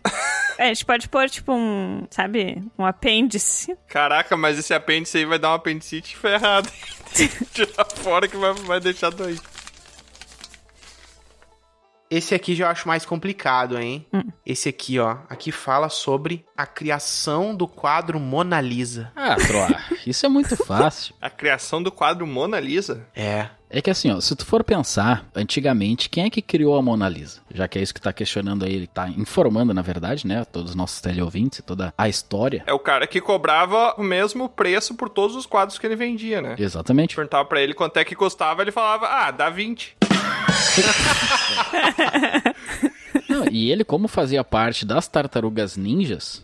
Speaker 4: É, (laughs) a gente pode pôr, tipo, um, sabe, um apêndice.
Speaker 7: Caraca, mas esse apêndice aí vai dar uma apendicite ferrada. Tem que (laughs) Tirar fora que vai, vai deixar doido.
Speaker 3: Esse aqui já eu acho mais complicado, hein?
Speaker 4: Hum.
Speaker 3: Esse aqui, ó. Aqui fala sobre a criação do quadro Mona Lisa.
Speaker 1: Ah, Troa, isso é muito fácil.
Speaker 7: A criação do quadro Mona Lisa?
Speaker 3: É.
Speaker 1: É que assim, ó, se tu for pensar, antigamente, quem é que criou a Mona Lisa? Já que é isso que tá questionando aí, ele tá informando, na verdade, né, a todos os nossos teleouvintes e toda a história.
Speaker 7: É o cara que cobrava o mesmo preço por todos os quadros que ele vendia, né?
Speaker 1: Exatamente.
Speaker 7: Perguntava pra ele quanto é que custava, ele falava, ah, dá 20.
Speaker 1: Não, e ele, como fazia parte das tartarugas ninjas.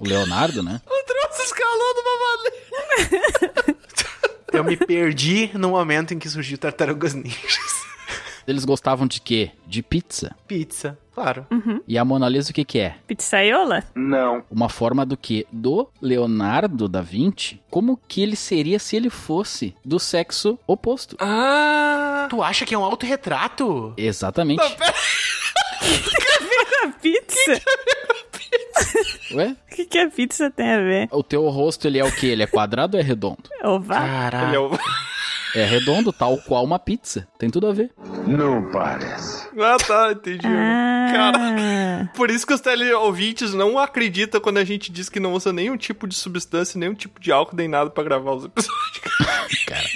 Speaker 1: O Leonardo, né?
Speaker 7: O troço escalou numa baleia.
Speaker 4: (laughs)
Speaker 3: Eu me perdi no momento em que surgiu Tartarugas Ninjas.
Speaker 1: Eles gostavam de quê? De pizza.
Speaker 3: Pizza, claro.
Speaker 4: Uhum.
Speaker 1: E a Mona Lisa o que que é?
Speaker 4: Pizzaiola?
Speaker 11: Não.
Speaker 1: Uma forma do que? Do Leonardo da Vinci? Como que ele seria se ele fosse do sexo oposto?
Speaker 7: Ah!
Speaker 3: Tu acha que é um autorretrato?
Speaker 1: Exatamente.
Speaker 7: Não, pera...
Speaker 4: A Ah, pizza?
Speaker 1: Ué?
Speaker 4: (laughs) O que, que a pizza tem a ver?
Speaker 1: O teu rosto, ele é o quê? Ele é quadrado ou é redondo?
Speaker 4: Oval?
Speaker 7: Ele é
Speaker 3: Caraca.
Speaker 7: o...
Speaker 1: É redondo, tal qual uma pizza. Tem tudo a ver.
Speaker 11: Não parece.
Speaker 7: Ah, tá, entendi.
Speaker 4: É.
Speaker 7: Caraca.
Speaker 4: Ah,
Speaker 7: Por isso que os teleouvintes não acreditam quando a gente diz que não usa nenhum tipo de substância, nenhum tipo de álcool, nem nada pra gravar os episódios.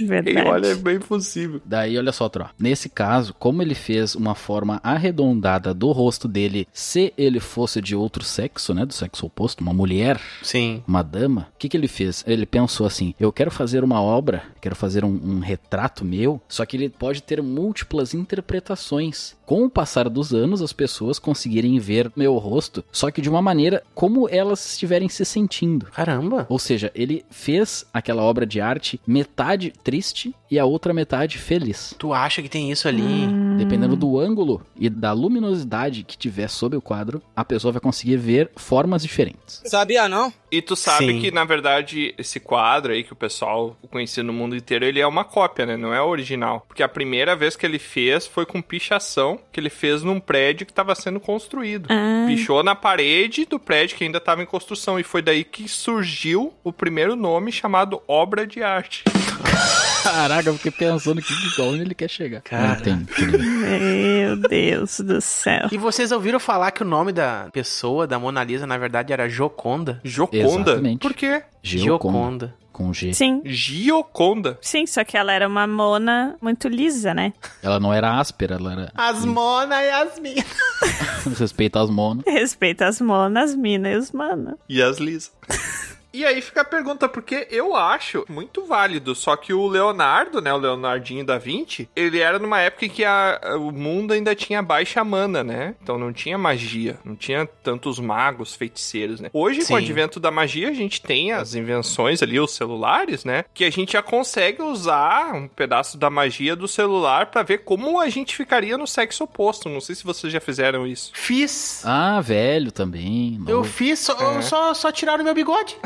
Speaker 7: E
Speaker 4: verdade.
Speaker 7: olha, é bem possível.
Speaker 1: Daí, olha só, Tro. Nesse caso, como ele fez uma forma arredondada do rosto dele, se ele fosse de outro sexo, né? Do sexo oposto, uma mulher,
Speaker 3: Sim.
Speaker 1: uma dama, o que, que ele fez? Ele pensou assim: eu quero fazer uma obra, quero fazer um, um retrato meu, só que ele pode ter múltiplas interpretações. Com o passar dos anos, as pessoas conseguirem ver meu rosto, só que de uma maneira como elas estiverem se sentindo.
Speaker 3: Caramba.
Speaker 1: Ou seja, ele fez aquela obra de arte metade triste e a outra metade feliz.
Speaker 3: Tu acha que tem isso ali?
Speaker 4: Hum.
Speaker 1: Dependendo do ângulo e da luminosidade que tiver sobre o quadro, a pessoa vai conseguir ver formas diferentes.
Speaker 12: Sabia não?
Speaker 7: E tu sabe
Speaker 3: Sim.
Speaker 7: que, na verdade, esse quadro aí que o pessoal conhecia no mundo inteiro, ele é uma cópia, né? Não é original. Porque a primeira vez que ele fez foi com pichação, que ele fez num prédio que tava sendo construído.
Speaker 4: Ah,
Speaker 7: Pichou na parede do prédio que ainda tava em construção. E foi daí que surgiu o primeiro nome chamado obra de arte.
Speaker 1: (laughs) Caraca, eu fiquei pensando que onde ele quer chegar.
Speaker 3: Cara.
Speaker 1: Não tem, querido.
Speaker 4: meu Deus do céu.
Speaker 3: E vocês ouviram falar que o nome da pessoa, da Mona Lisa, na verdade era Joconda?
Speaker 7: Joconda?
Speaker 1: Exatamente.
Speaker 7: Por quê?
Speaker 1: Geoconda. Com G.
Speaker 4: Sim,
Speaker 7: Gioconda.
Speaker 4: sim, só que ela era uma mona muito lisa, né?
Speaker 1: Ela não era áspera, ela era
Speaker 3: As Mona e as minas.
Speaker 1: Ah. (laughs) respeita as monas.
Speaker 4: (laughs) Respeita as monas, mina e os manos.
Speaker 7: E as Lisa. (laughs) E aí fica a pergunta, porque eu acho muito válido, só que o Leonardo, né, o Leonardinho da Vinci, ele era numa época em que a- o mundo ainda tinha baixa mana, né? Então não tinha magia, não tinha tantos magos, feiticeiros, né? Hoje, com
Speaker 3: Sim.
Speaker 7: o advento da magia, a gente tem as invenções ali, os celulares, né? Que a gente já consegue usar um pedaço da magia do celular pra ver como a gente ficaria no sexo oposto. Não sei se vocês já fizeram isso.
Speaker 3: Fiz.
Speaker 1: Ah, velho também. novo.
Speaker 3: Eu fiz, só,
Speaker 7: É.
Speaker 3: só, só tiraram meu bigode.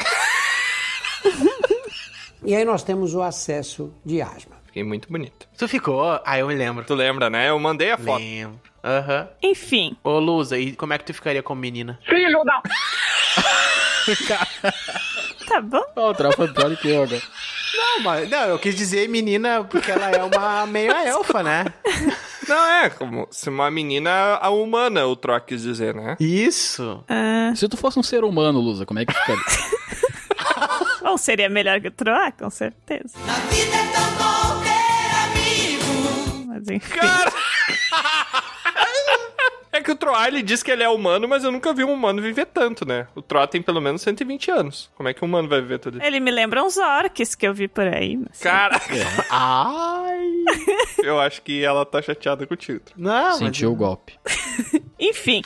Speaker 12: E aí nós temos o acesso de asma.
Speaker 7: Fiquei muito bonito.
Speaker 3: Tu ficou? Ah, eu me lembro.
Speaker 7: Tu lembra, né? Eu mandei a foto.
Speaker 3: Lembro. Aham.
Speaker 4: Enfim,
Speaker 3: Ô, Lusa, e como é que tu ficaria como menina?
Speaker 4: tá bom.
Speaker 1: Ó, Ah, o Tro foi pior que eu agora.
Speaker 3: Não, mas, não, eu quis dizer menina porque ela é uma (laughs) meia elfa, né?
Speaker 7: Não, é como se uma menina a humana, o Troy quis dizer, né?
Speaker 3: Isso.
Speaker 1: (laughs) Se tu fosse um ser humano, Lusa, como é que ficaria? (laughs)
Speaker 4: Ou seria melhor que o Troá, com certeza.
Speaker 2: A vida é tão bom ter amigo.
Speaker 4: Mas enfim.
Speaker 7: Cara! É que o Troá, ele diz que ele é humano, mas eu nunca vi um humano viver tanto, né? O Troá tem pelo menos 120 anos. Como é que um humano vai viver tudo isso?
Speaker 4: Ele me lembra uns orques que eu vi por aí. Mas...
Speaker 7: Caraca,
Speaker 3: Ai.
Speaker 7: eu acho que ela tá chateada contigo. Troá.
Speaker 3: Não,
Speaker 1: Sentiu o golpe.
Speaker 4: Enfim.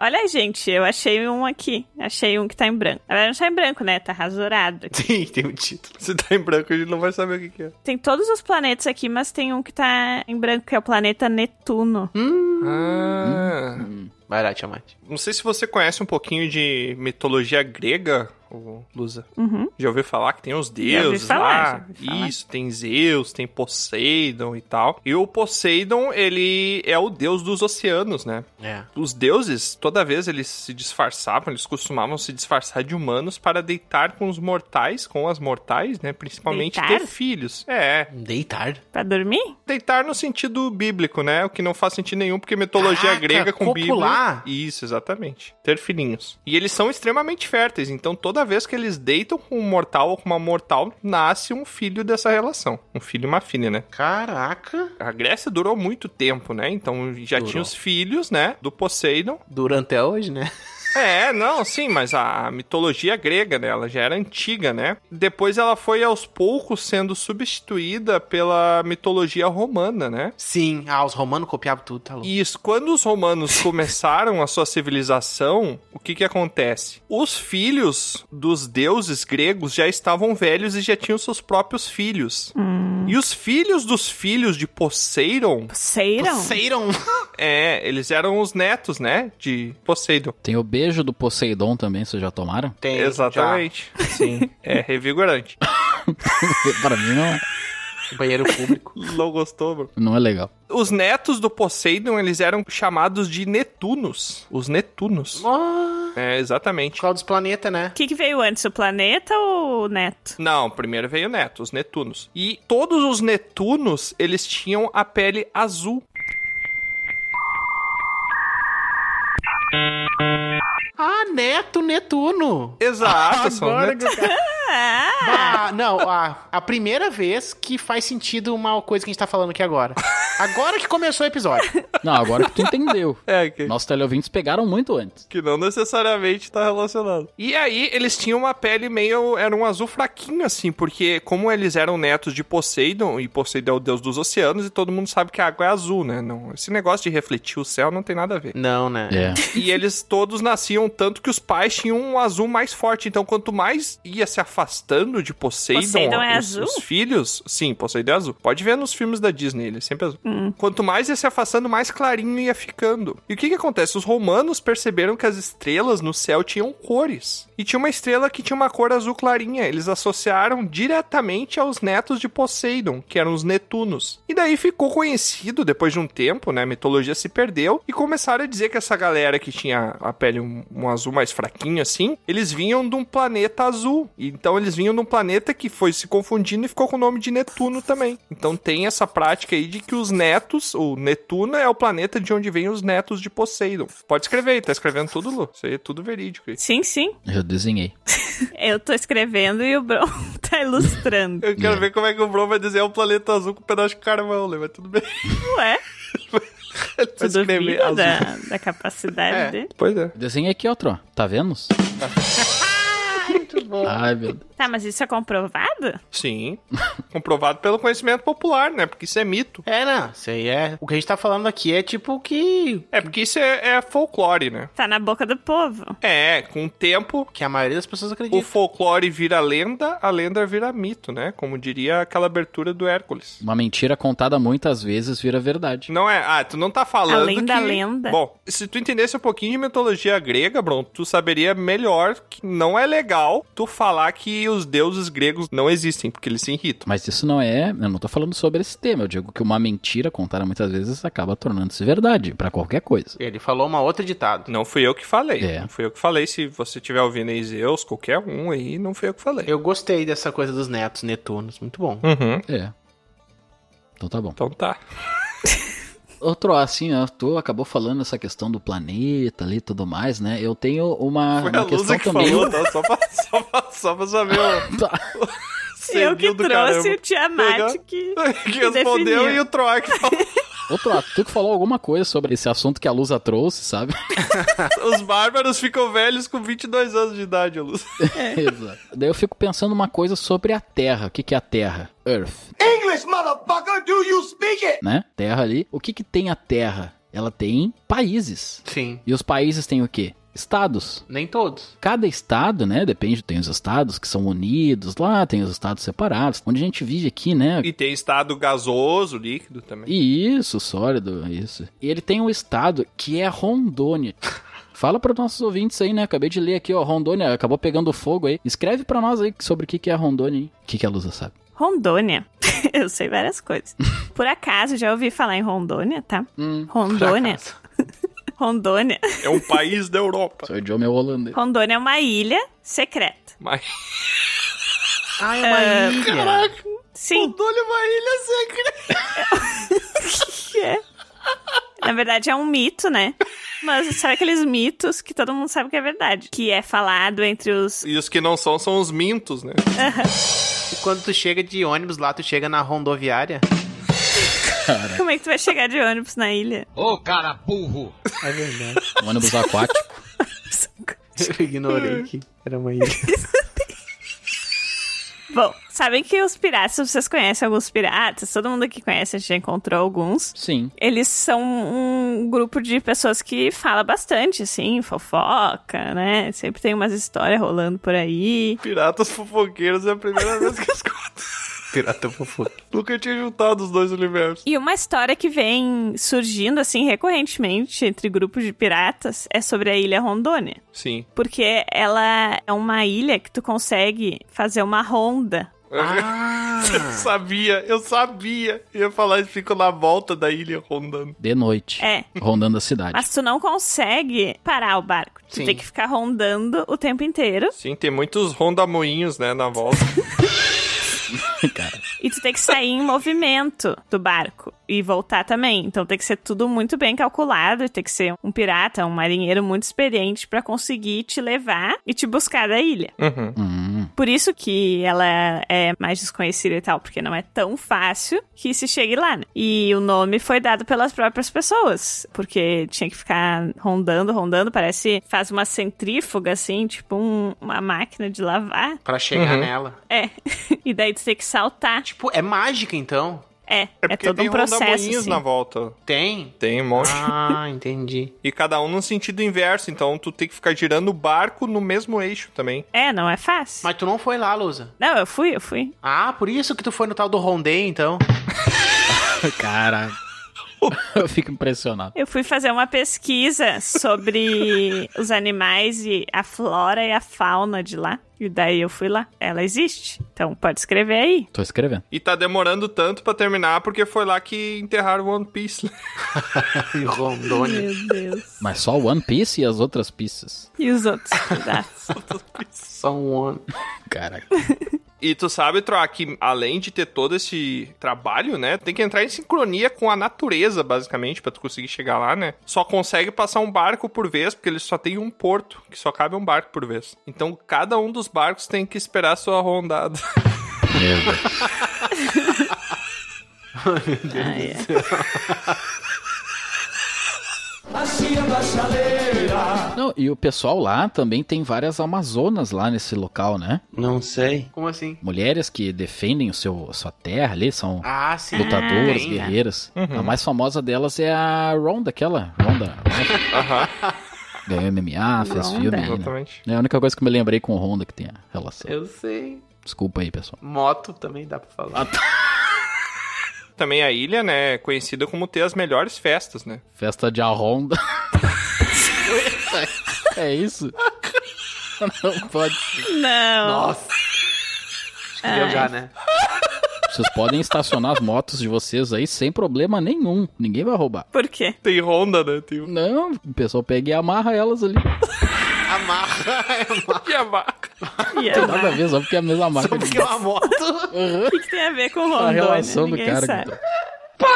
Speaker 4: Olha, gente, eu achei um aqui. Achei um que tá em branco. Na verdade, não tá em branco, né? Tá rasurado.
Speaker 3: mas... Sim, tem um título.
Speaker 7: Se tá em branco, a gente não vai saber o que, que é.
Speaker 4: Tem todos os planetas aqui, mas tem um que tá em branco, que é o planeta Netuno.
Speaker 7: Ah.
Speaker 3: Vai lá, Tiamat.
Speaker 7: Não sei se você conhece um pouquinho de mitologia grega, ô Lusa.
Speaker 4: Uhum.
Speaker 7: Já ouviu falar que tem os
Speaker 4: Já ouvi
Speaker 7: deuses
Speaker 4: falar,
Speaker 7: lá?
Speaker 4: já ouvi falar.
Speaker 7: Isso, tem Zeus, tem Poseidon e tal. E o Poseidon, ele é o deus dos oceanos, né?
Speaker 3: É.
Speaker 7: Os deuses, toda vez eles se disfarçavam, eles costumavam se disfarçar de humanos para deitar com os mortais, com as mortais, né? Principalmente
Speaker 4: Deitar?
Speaker 7: ter filhos. É,
Speaker 3: Deitar.
Speaker 4: Pra dormir?
Speaker 7: deitar no sentido bíblico, né? O que não faz sentido nenhum, porque mitologia
Speaker 3: Caraca,
Speaker 7: grega com
Speaker 3: copular.
Speaker 7: Bíblia. Isso, exatamente. Ter filhinhos. E eles são extremamente férteis, então toda vez que eles deitam com um mortal ou com uma mortal, nasce um filho dessa relação. Um filho e uma filha, né?
Speaker 3: Caraca.
Speaker 7: A Grécia durou muito tempo, né? Então já
Speaker 3: Durou.
Speaker 7: tinha os filhos, né? Do Poseidon.
Speaker 3: Durante até hoje, né?
Speaker 7: É, não, sim, mas a mitologia grega, né, ela já era antiga, né? Depois ela foi aos poucos sendo substituída pela mitologia romana, né?
Speaker 3: Sim, ah, os romanos copiavam tudo, tá louco.
Speaker 7: Isso, quando os romanos começaram a sua civilização, o que que acontece? Os filhos dos deuses gregos já estavam velhos e já tinham seus próprios filhos. E os filhos dos filhos de Poseidon...
Speaker 4: Poseidon?
Speaker 3: Poseidon.
Speaker 7: É, eles eram os netos, né, de Poseidon.
Speaker 1: Tem o beijo do Poseidon também, vocês já tomaram? (laughs)
Speaker 3: Tem,
Speaker 7: Exatamente. É, Sim. (laughs) É revigorante.
Speaker 1: Pra mim não é,
Speaker 3: já. Banheiro (laughs) público.
Speaker 7: Não gostou, bro?
Speaker 1: não é legal.
Speaker 7: Os netos do Poseidon, eles eram chamados de Netunos. Os Netunos.
Speaker 3: Ah,
Speaker 7: É, exatamente.
Speaker 3: Cláudio dos Planeta, né?
Speaker 4: O que, que veio antes, o planeta ou o neto?
Speaker 7: Não, primeiro veio o Neto, os Netunos. E todos os Netunos, eles tinham a pele azul.
Speaker 3: Ah, Neto, Netuno.
Speaker 7: Exato, são
Speaker 3: Agora
Speaker 7: Netunos.
Speaker 4: Ah,
Speaker 3: Ah, não, a, a primeira vez que faz sentido uma coisa que a gente tá falando aqui agora. Agora que começou o episódio.
Speaker 1: Não, agora (laughs) que tu entendeu.
Speaker 7: É, que,
Speaker 1: Nossos teleouvintes pegaram muito antes.
Speaker 7: que não necessariamente tá relacionado. E aí, eles tinham uma pele meio... Era um azul fraquinho, assim, porque como eles eram netos de Poseidon, e Poseidon é o deus dos oceanos, e todo mundo sabe que a água é azul, né? Não, esse negócio de refletir o céu não tem nada a ver.
Speaker 3: Não, né?
Speaker 1: É.
Speaker 7: E eles todos nasciam tanto que os pais tinham um azul mais forte. Então, quanto mais ia se afastando de Poseidon,
Speaker 4: Poseidon é
Speaker 7: os,
Speaker 4: azul?
Speaker 7: os filhos. Sim, Poseidon é azul. Pode ver nos filmes da Disney, ele é sempre azul.
Speaker 4: Hum.
Speaker 7: Quanto mais ia se afastando, mais clarinho ia ficando. E o que, que acontece? Os romanos perceberam que as estrelas no céu tinham cores. E tinha uma estrela que tinha uma cor azul clarinha. Eles associaram diretamente aos netos de Poseidon, que eram os Netunos. E daí ficou conhecido, depois de um tempo, né? A mitologia se perdeu. E começaram a dizer que essa galera que tinha a pele um, um azul mais fraquinho, assim, eles vinham de um planeta azul. E Então eles vinham de um planeta que foi se confundindo e ficou com o nome de Netuno também. Então tem essa prática aí de que os netos, o Netuno é o planeta de onde vêm os netos de Poseidon. Pode escrever aí, tá escrevendo tudo, Lu. Isso aí é tudo verídico aí.
Speaker 4: sim, sim.
Speaker 1: Eu desenhei.
Speaker 4: Eu tô escrevendo e o Bron (laughs) tá ilustrando.
Speaker 7: Eu quero
Speaker 1: É.
Speaker 7: ver como é que o Bro vai desenhar um planeta azul com um pedaço de carvão, né? Mas tudo bem. (laughs)
Speaker 4: Ué,
Speaker 7: Ele vai
Speaker 4: tu duvida
Speaker 7: azul.
Speaker 4: da, da capacidade
Speaker 3: É.
Speaker 4: dele?
Speaker 7: Pois é.
Speaker 1: Desenhei aqui outro, ó. Tá
Speaker 7: (laughs)
Speaker 1: vendo?
Speaker 3: Muito bom.
Speaker 1: Ai, meu Deus.
Speaker 4: Tá, mas isso é comprovado?
Speaker 7: Sim. (laughs) Comprovado pelo conhecimento popular, né? Porque isso é mito.
Speaker 3: É, não. Isso aí é. O que a gente tá falando aqui é tipo o que.
Speaker 7: É porque isso é, é folclore, né?
Speaker 4: Tá na boca do povo.
Speaker 7: É, com o tempo,
Speaker 3: Que a maioria das pessoas
Speaker 7: o
Speaker 3: acredita.
Speaker 7: folclore vira lenda, a lenda vira mito, né? Como diria aquela abertura do Hércules.
Speaker 1: Uma mentira contada muitas vezes vira verdade.
Speaker 7: Não é? Ah, tu não tá falando.
Speaker 4: Além da
Speaker 7: que-
Speaker 4: lenda.
Speaker 7: Bom, se tu entendesse um pouquinho de mitologia grega, Bron, tu saberia melhor que não é legal tu falar que os deuses gregos não existem, porque eles se irritam.
Speaker 1: Mas isso não é. Eu não tô falando sobre esse tema. Eu digo que uma mentira contada muitas vezes acaba tornando-se verdade pra qualquer coisa.
Speaker 3: Ele falou uma outra ditado.
Speaker 7: Não fui eu que falei.
Speaker 1: É.
Speaker 7: Não fui eu que falei. Se você tiver ouvindo aí Zeus, qualquer um aí, não fui eu que falei.
Speaker 3: Eu gostei dessa coisa dos netos, Netunos. Muito bom.
Speaker 7: Uhum.
Speaker 1: É. Então tá bom.
Speaker 7: Então tá.
Speaker 1: Outro, assim, ó, tu acabou falando essa questão do planeta ali e tudo mais, né? Eu tenho uma,
Speaker 7: Foi
Speaker 1: uma
Speaker 7: a
Speaker 1: questão
Speaker 7: Lusa que
Speaker 1: também.
Speaker 7: falou, tá? Só pra, (laughs) só pra, só pra saber o...
Speaker 1: Tá.
Speaker 4: eu que
Speaker 7: Serviu do
Speaker 4: trouxe
Speaker 7: caramba.
Speaker 4: o Tiamat
Speaker 7: Legal.
Speaker 4: que...
Speaker 7: (laughs) que respondeu
Speaker 4: definiu.
Speaker 7: e o Troy que falou.
Speaker 1: Outro, ó, tu que falou alguma coisa sobre esse assunto que a Lusa trouxe, sabe?
Speaker 7: Os bárbaros ficam velhos com 22 anos de idade, Luz.
Speaker 1: (laughs) Exato. Daí eu fico pensando uma coisa sobre a Terra. O que, que é a Terra? Earth.
Speaker 2: English, motherfucker, do you speak it?
Speaker 1: né? Terra ali. O que que tem a Terra? Ela tem países.
Speaker 3: Sim.
Speaker 1: E os países têm o quê? Estados.
Speaker 3: Nem todos.
Speaker 1: Cada estado, né? Depende, tem os estados que são unidos lá, tem os estados separados. Onde a gente vive aqui, né?
Speaker 7: E tem estado gasoso, líquido também.
Speaker 1: E isso, sólido, isso. E ele tem um estado que é (laughs) Rondônia. Fala para nossos ouvintes aí, né? Acabei de ler aqui, ó. Rondônia acabou pegando fogo aí. Escreve para nós aí sobre o que que é Rondônia, hein? O que que a Lusa sabe?
Speaker 4: Rondônia. (laughs) eu sei várias coisas. Por acaso, já ouvi falar em Rondônia, tá?
Speaker 7: Hum,
Speaker 4: Rondônia. (laughs) Rondônia.
Speaker 7: É um país da Europa.
Speaker 1: Seu idioma é (laughs) holandês.
Speaker 4: Rondônia é uma ilha secreta.
Speaker 7: Mas
Speaker 3: Ah, é uma ilha.
Speaker 4: Sim,
Speaker 7: olha uma ilha secreta.
Speaker 4: que (laughs) é. Na verdade, é um mito, né? Mas sabe aqueles mitos que todo mundo sabe que é verdade? Que é falado entre os.
Speaker 7: E os que não são, são os mintos, né?
Speaker 3: E quando tu chega de ônibus lá, tu chega na rodoviária.
Speaker 4: Como é que tu vai chegar de ônibus na ilha?
Speaker 8: Ô, cara burro!
Speaker 3: É verdade.
Speaker 1: Um ônibus aquático.
Speaker 3: Eu
Speaker 7: É,
Speaker 3: ignorei que era uma ilha.
Speaker 4: Bom, sabem que os piratas, vocês conhecem alguns piratas, todo mundo aqui conhece, a gente já encontrou alguns.
Speaker 1: Sim.
Speaker 4: Eles são um grupo de pessoas que fala bastante, assim, fofoca, né? Sempre tem umas histórias rolando por aí.
Speaker 7: Piratas fofoqueiros é a primeira vez que eu escuto.
Speaker 3: Pirata fofoca.
Speaker 7: Nunca tinha juntado os dois universos.
Speaker 4: E uma história que vem surgindo, assim, recorrentemente entre grupos de piratas é sobre a Ilha Rondônia.
Speaker 7: Sim.
Speaker 4: Porque ela é uma ilha que tu consegue fazer uma ronda.
Speaker 3: Ah!
Speaker 7: Eu sabia, eu sabia. Eu ia falar, eles ficam na volta da ilha rondando.
Speaker 1: De noite.
Speaker 4: É.
Speaker 1: Rondando a cidade.
Speaker 4: Mas tu não consegue parar o barco. Tu
Speaker 7: Sim.
Speaker 4: tem que ficar rondando o tempo inteiro.
Speaker 7: Sim, tem muitos rondamoinhos, né, na volta.
Speaker 1: (laughs) Cara,
Speaker 4: E tu tem que sair em movimento do barco e voltar também. Então tem que ser tudo muito bem calculado, e tem que ser um pirata, um marinheiro muito experiente pra conseguir te levar e te buscar da ilha.
Speaker 7: Uhum.
Speaker 1: hum,
Speaker 4: Por isso que ela é mais desconhecida e tal, porque não é tão fácil que se chegue lá, né? E o nome foi dado pelas próprias pessoas, porque tinha que ficar rondando, rondando, parece faz uma centrífuga assim, tipo um- uma máquina de lavar.
Speaker 3: Pra chegar
Speaker 7: Uhum.
Speaker 3: nela.
Speaker 4: É. (laughs) e daí tu tem que saltar.
Speaker 3: Tipo, é mágica então?
Speaker 4: É, é,
Speaker 7: É porque
Speaker 4: todo
Speaker 7: tem
Speaker 4: um processo.
Speaker 7: rondamoinhos
Speaker 4: Assim.
Speaker 7: na volta.
Speaker 3: Tem?
Speaker 7: Tem um monte.
Speaker 3: Ah, entendi.
Speaker 7: E cada um no sentido inverso, então tu tem que ficar girando o barco no mesmo eixo também.
Speaker 4: É, não é fácil.
Speaker 3: Mas tu não foi lá, Lusa.
Speaker 4: Não, eu fui, eu fui.
Speaker 3: Ah, por isso que tu foi no tal do Rondê, então.
Speaker 1: cara. (laughs) Eu fico impressionado.
Speaker 4: Eu fui fazer uma pesquisa sobre os animais e a flora e a fauna de lá. E daí eu fui lá. Ela existe. Então pode escrever aí.
Speaker 1: Tô escrevendo.
Speaker 7: E tá demorando tanto pra terminar porque foi lá que enterraram One
Speaker 3: (laughs)
Speaker 7: Piece. né?
Speaker 3: E Rondônia.
Speaker 4: Meu Deus.
Speaker 1: Mas só One Piece e as outras pistas.
Speaker 4: E os outros pedaços?
Speaker 3: Só um ano.
Speaker 1: Caraca.
Speaker 7: E tu sabe, Troá, que além de ter todo esse trabalho, né? Tem que entrar em sincronia com a natureza, basicamente, pra tu conseguir chegar lá, né? Só consegue passar um barco por vez, porque eles só tem um porto, que só cabe um barco por vez. Então cada um dos barcos tem que esperar a sua rondada.
Speaker 1: Merda.
Speaker 4: Ah, é.
Speaker 1: Não, e o pessoal lá também tem várias Amazonas lá nesse local, né?
Speaker 10: Não sei.
Speaker 3: Como assim?
Speaker 1: Mulheres que defendem o seu, a sua terra ali, são
Speaker 3: Ah, sim.
Speaker 1: lutadoras,
Speaker 3: Tem, né?
Speaker 1: guerreiras.
Speaker 7: Uhum.
Speaker 1: A mais famosa delas é a Ronda, aquela. Ronda. Ronda.
Speaker 7: Aham,
Speaker 1: Ganhou MMA, fez
Speaker 4: Ronda.
Speaker 1: filme. aí, né?
Speaker 7: exatamente.
Speaker 1: É a única coisa que eu me lembrei com o Honda que tem a relação.
Speaker 3: Eu sei.
Speaker 1: Desculpa aí, pessoal.
Speaker 3: Moto também dá pra falar.
Speaker 7: Também a ilha, né? É conhecida como ter as melhores festas, né?
Speaker 1: Festa de a
Speaker 3: (laughs)
Speaker 1: Honda. é isso? Não pode.
Speaker 4: Não.
Speaker 3: Nossa. Acho que deu já, né?
Speaker 1: Vocês podem estacionar as motos de vocês aí sem problema nenhum. Ninguém vai roubar.
Speaker 4: Por quê?
Speaker 7: Tem ronda, né? Tem o
Speaker 1: Não, o pessoal pega e amarra elas ali.
Speaker 3: Amarra (laughs) é uma...
Speaker 7: que é vaca.
Speaker 4: E
Speaker 1: Tem
Speaker 4: ela-
Speaker 1: nada a ver, só porque é a mesma marca.
Speaker 3: Só porque é uma moto.
Speaker 4: O que, que tem a ver com
Speaker 1: A
Speaker 4: Rondônia?
Speaker 1: relação do
Speaker 4: Ninguém
Speaker 1: cara. tá-
Speaker 4: sabe.
Speaker 1: com-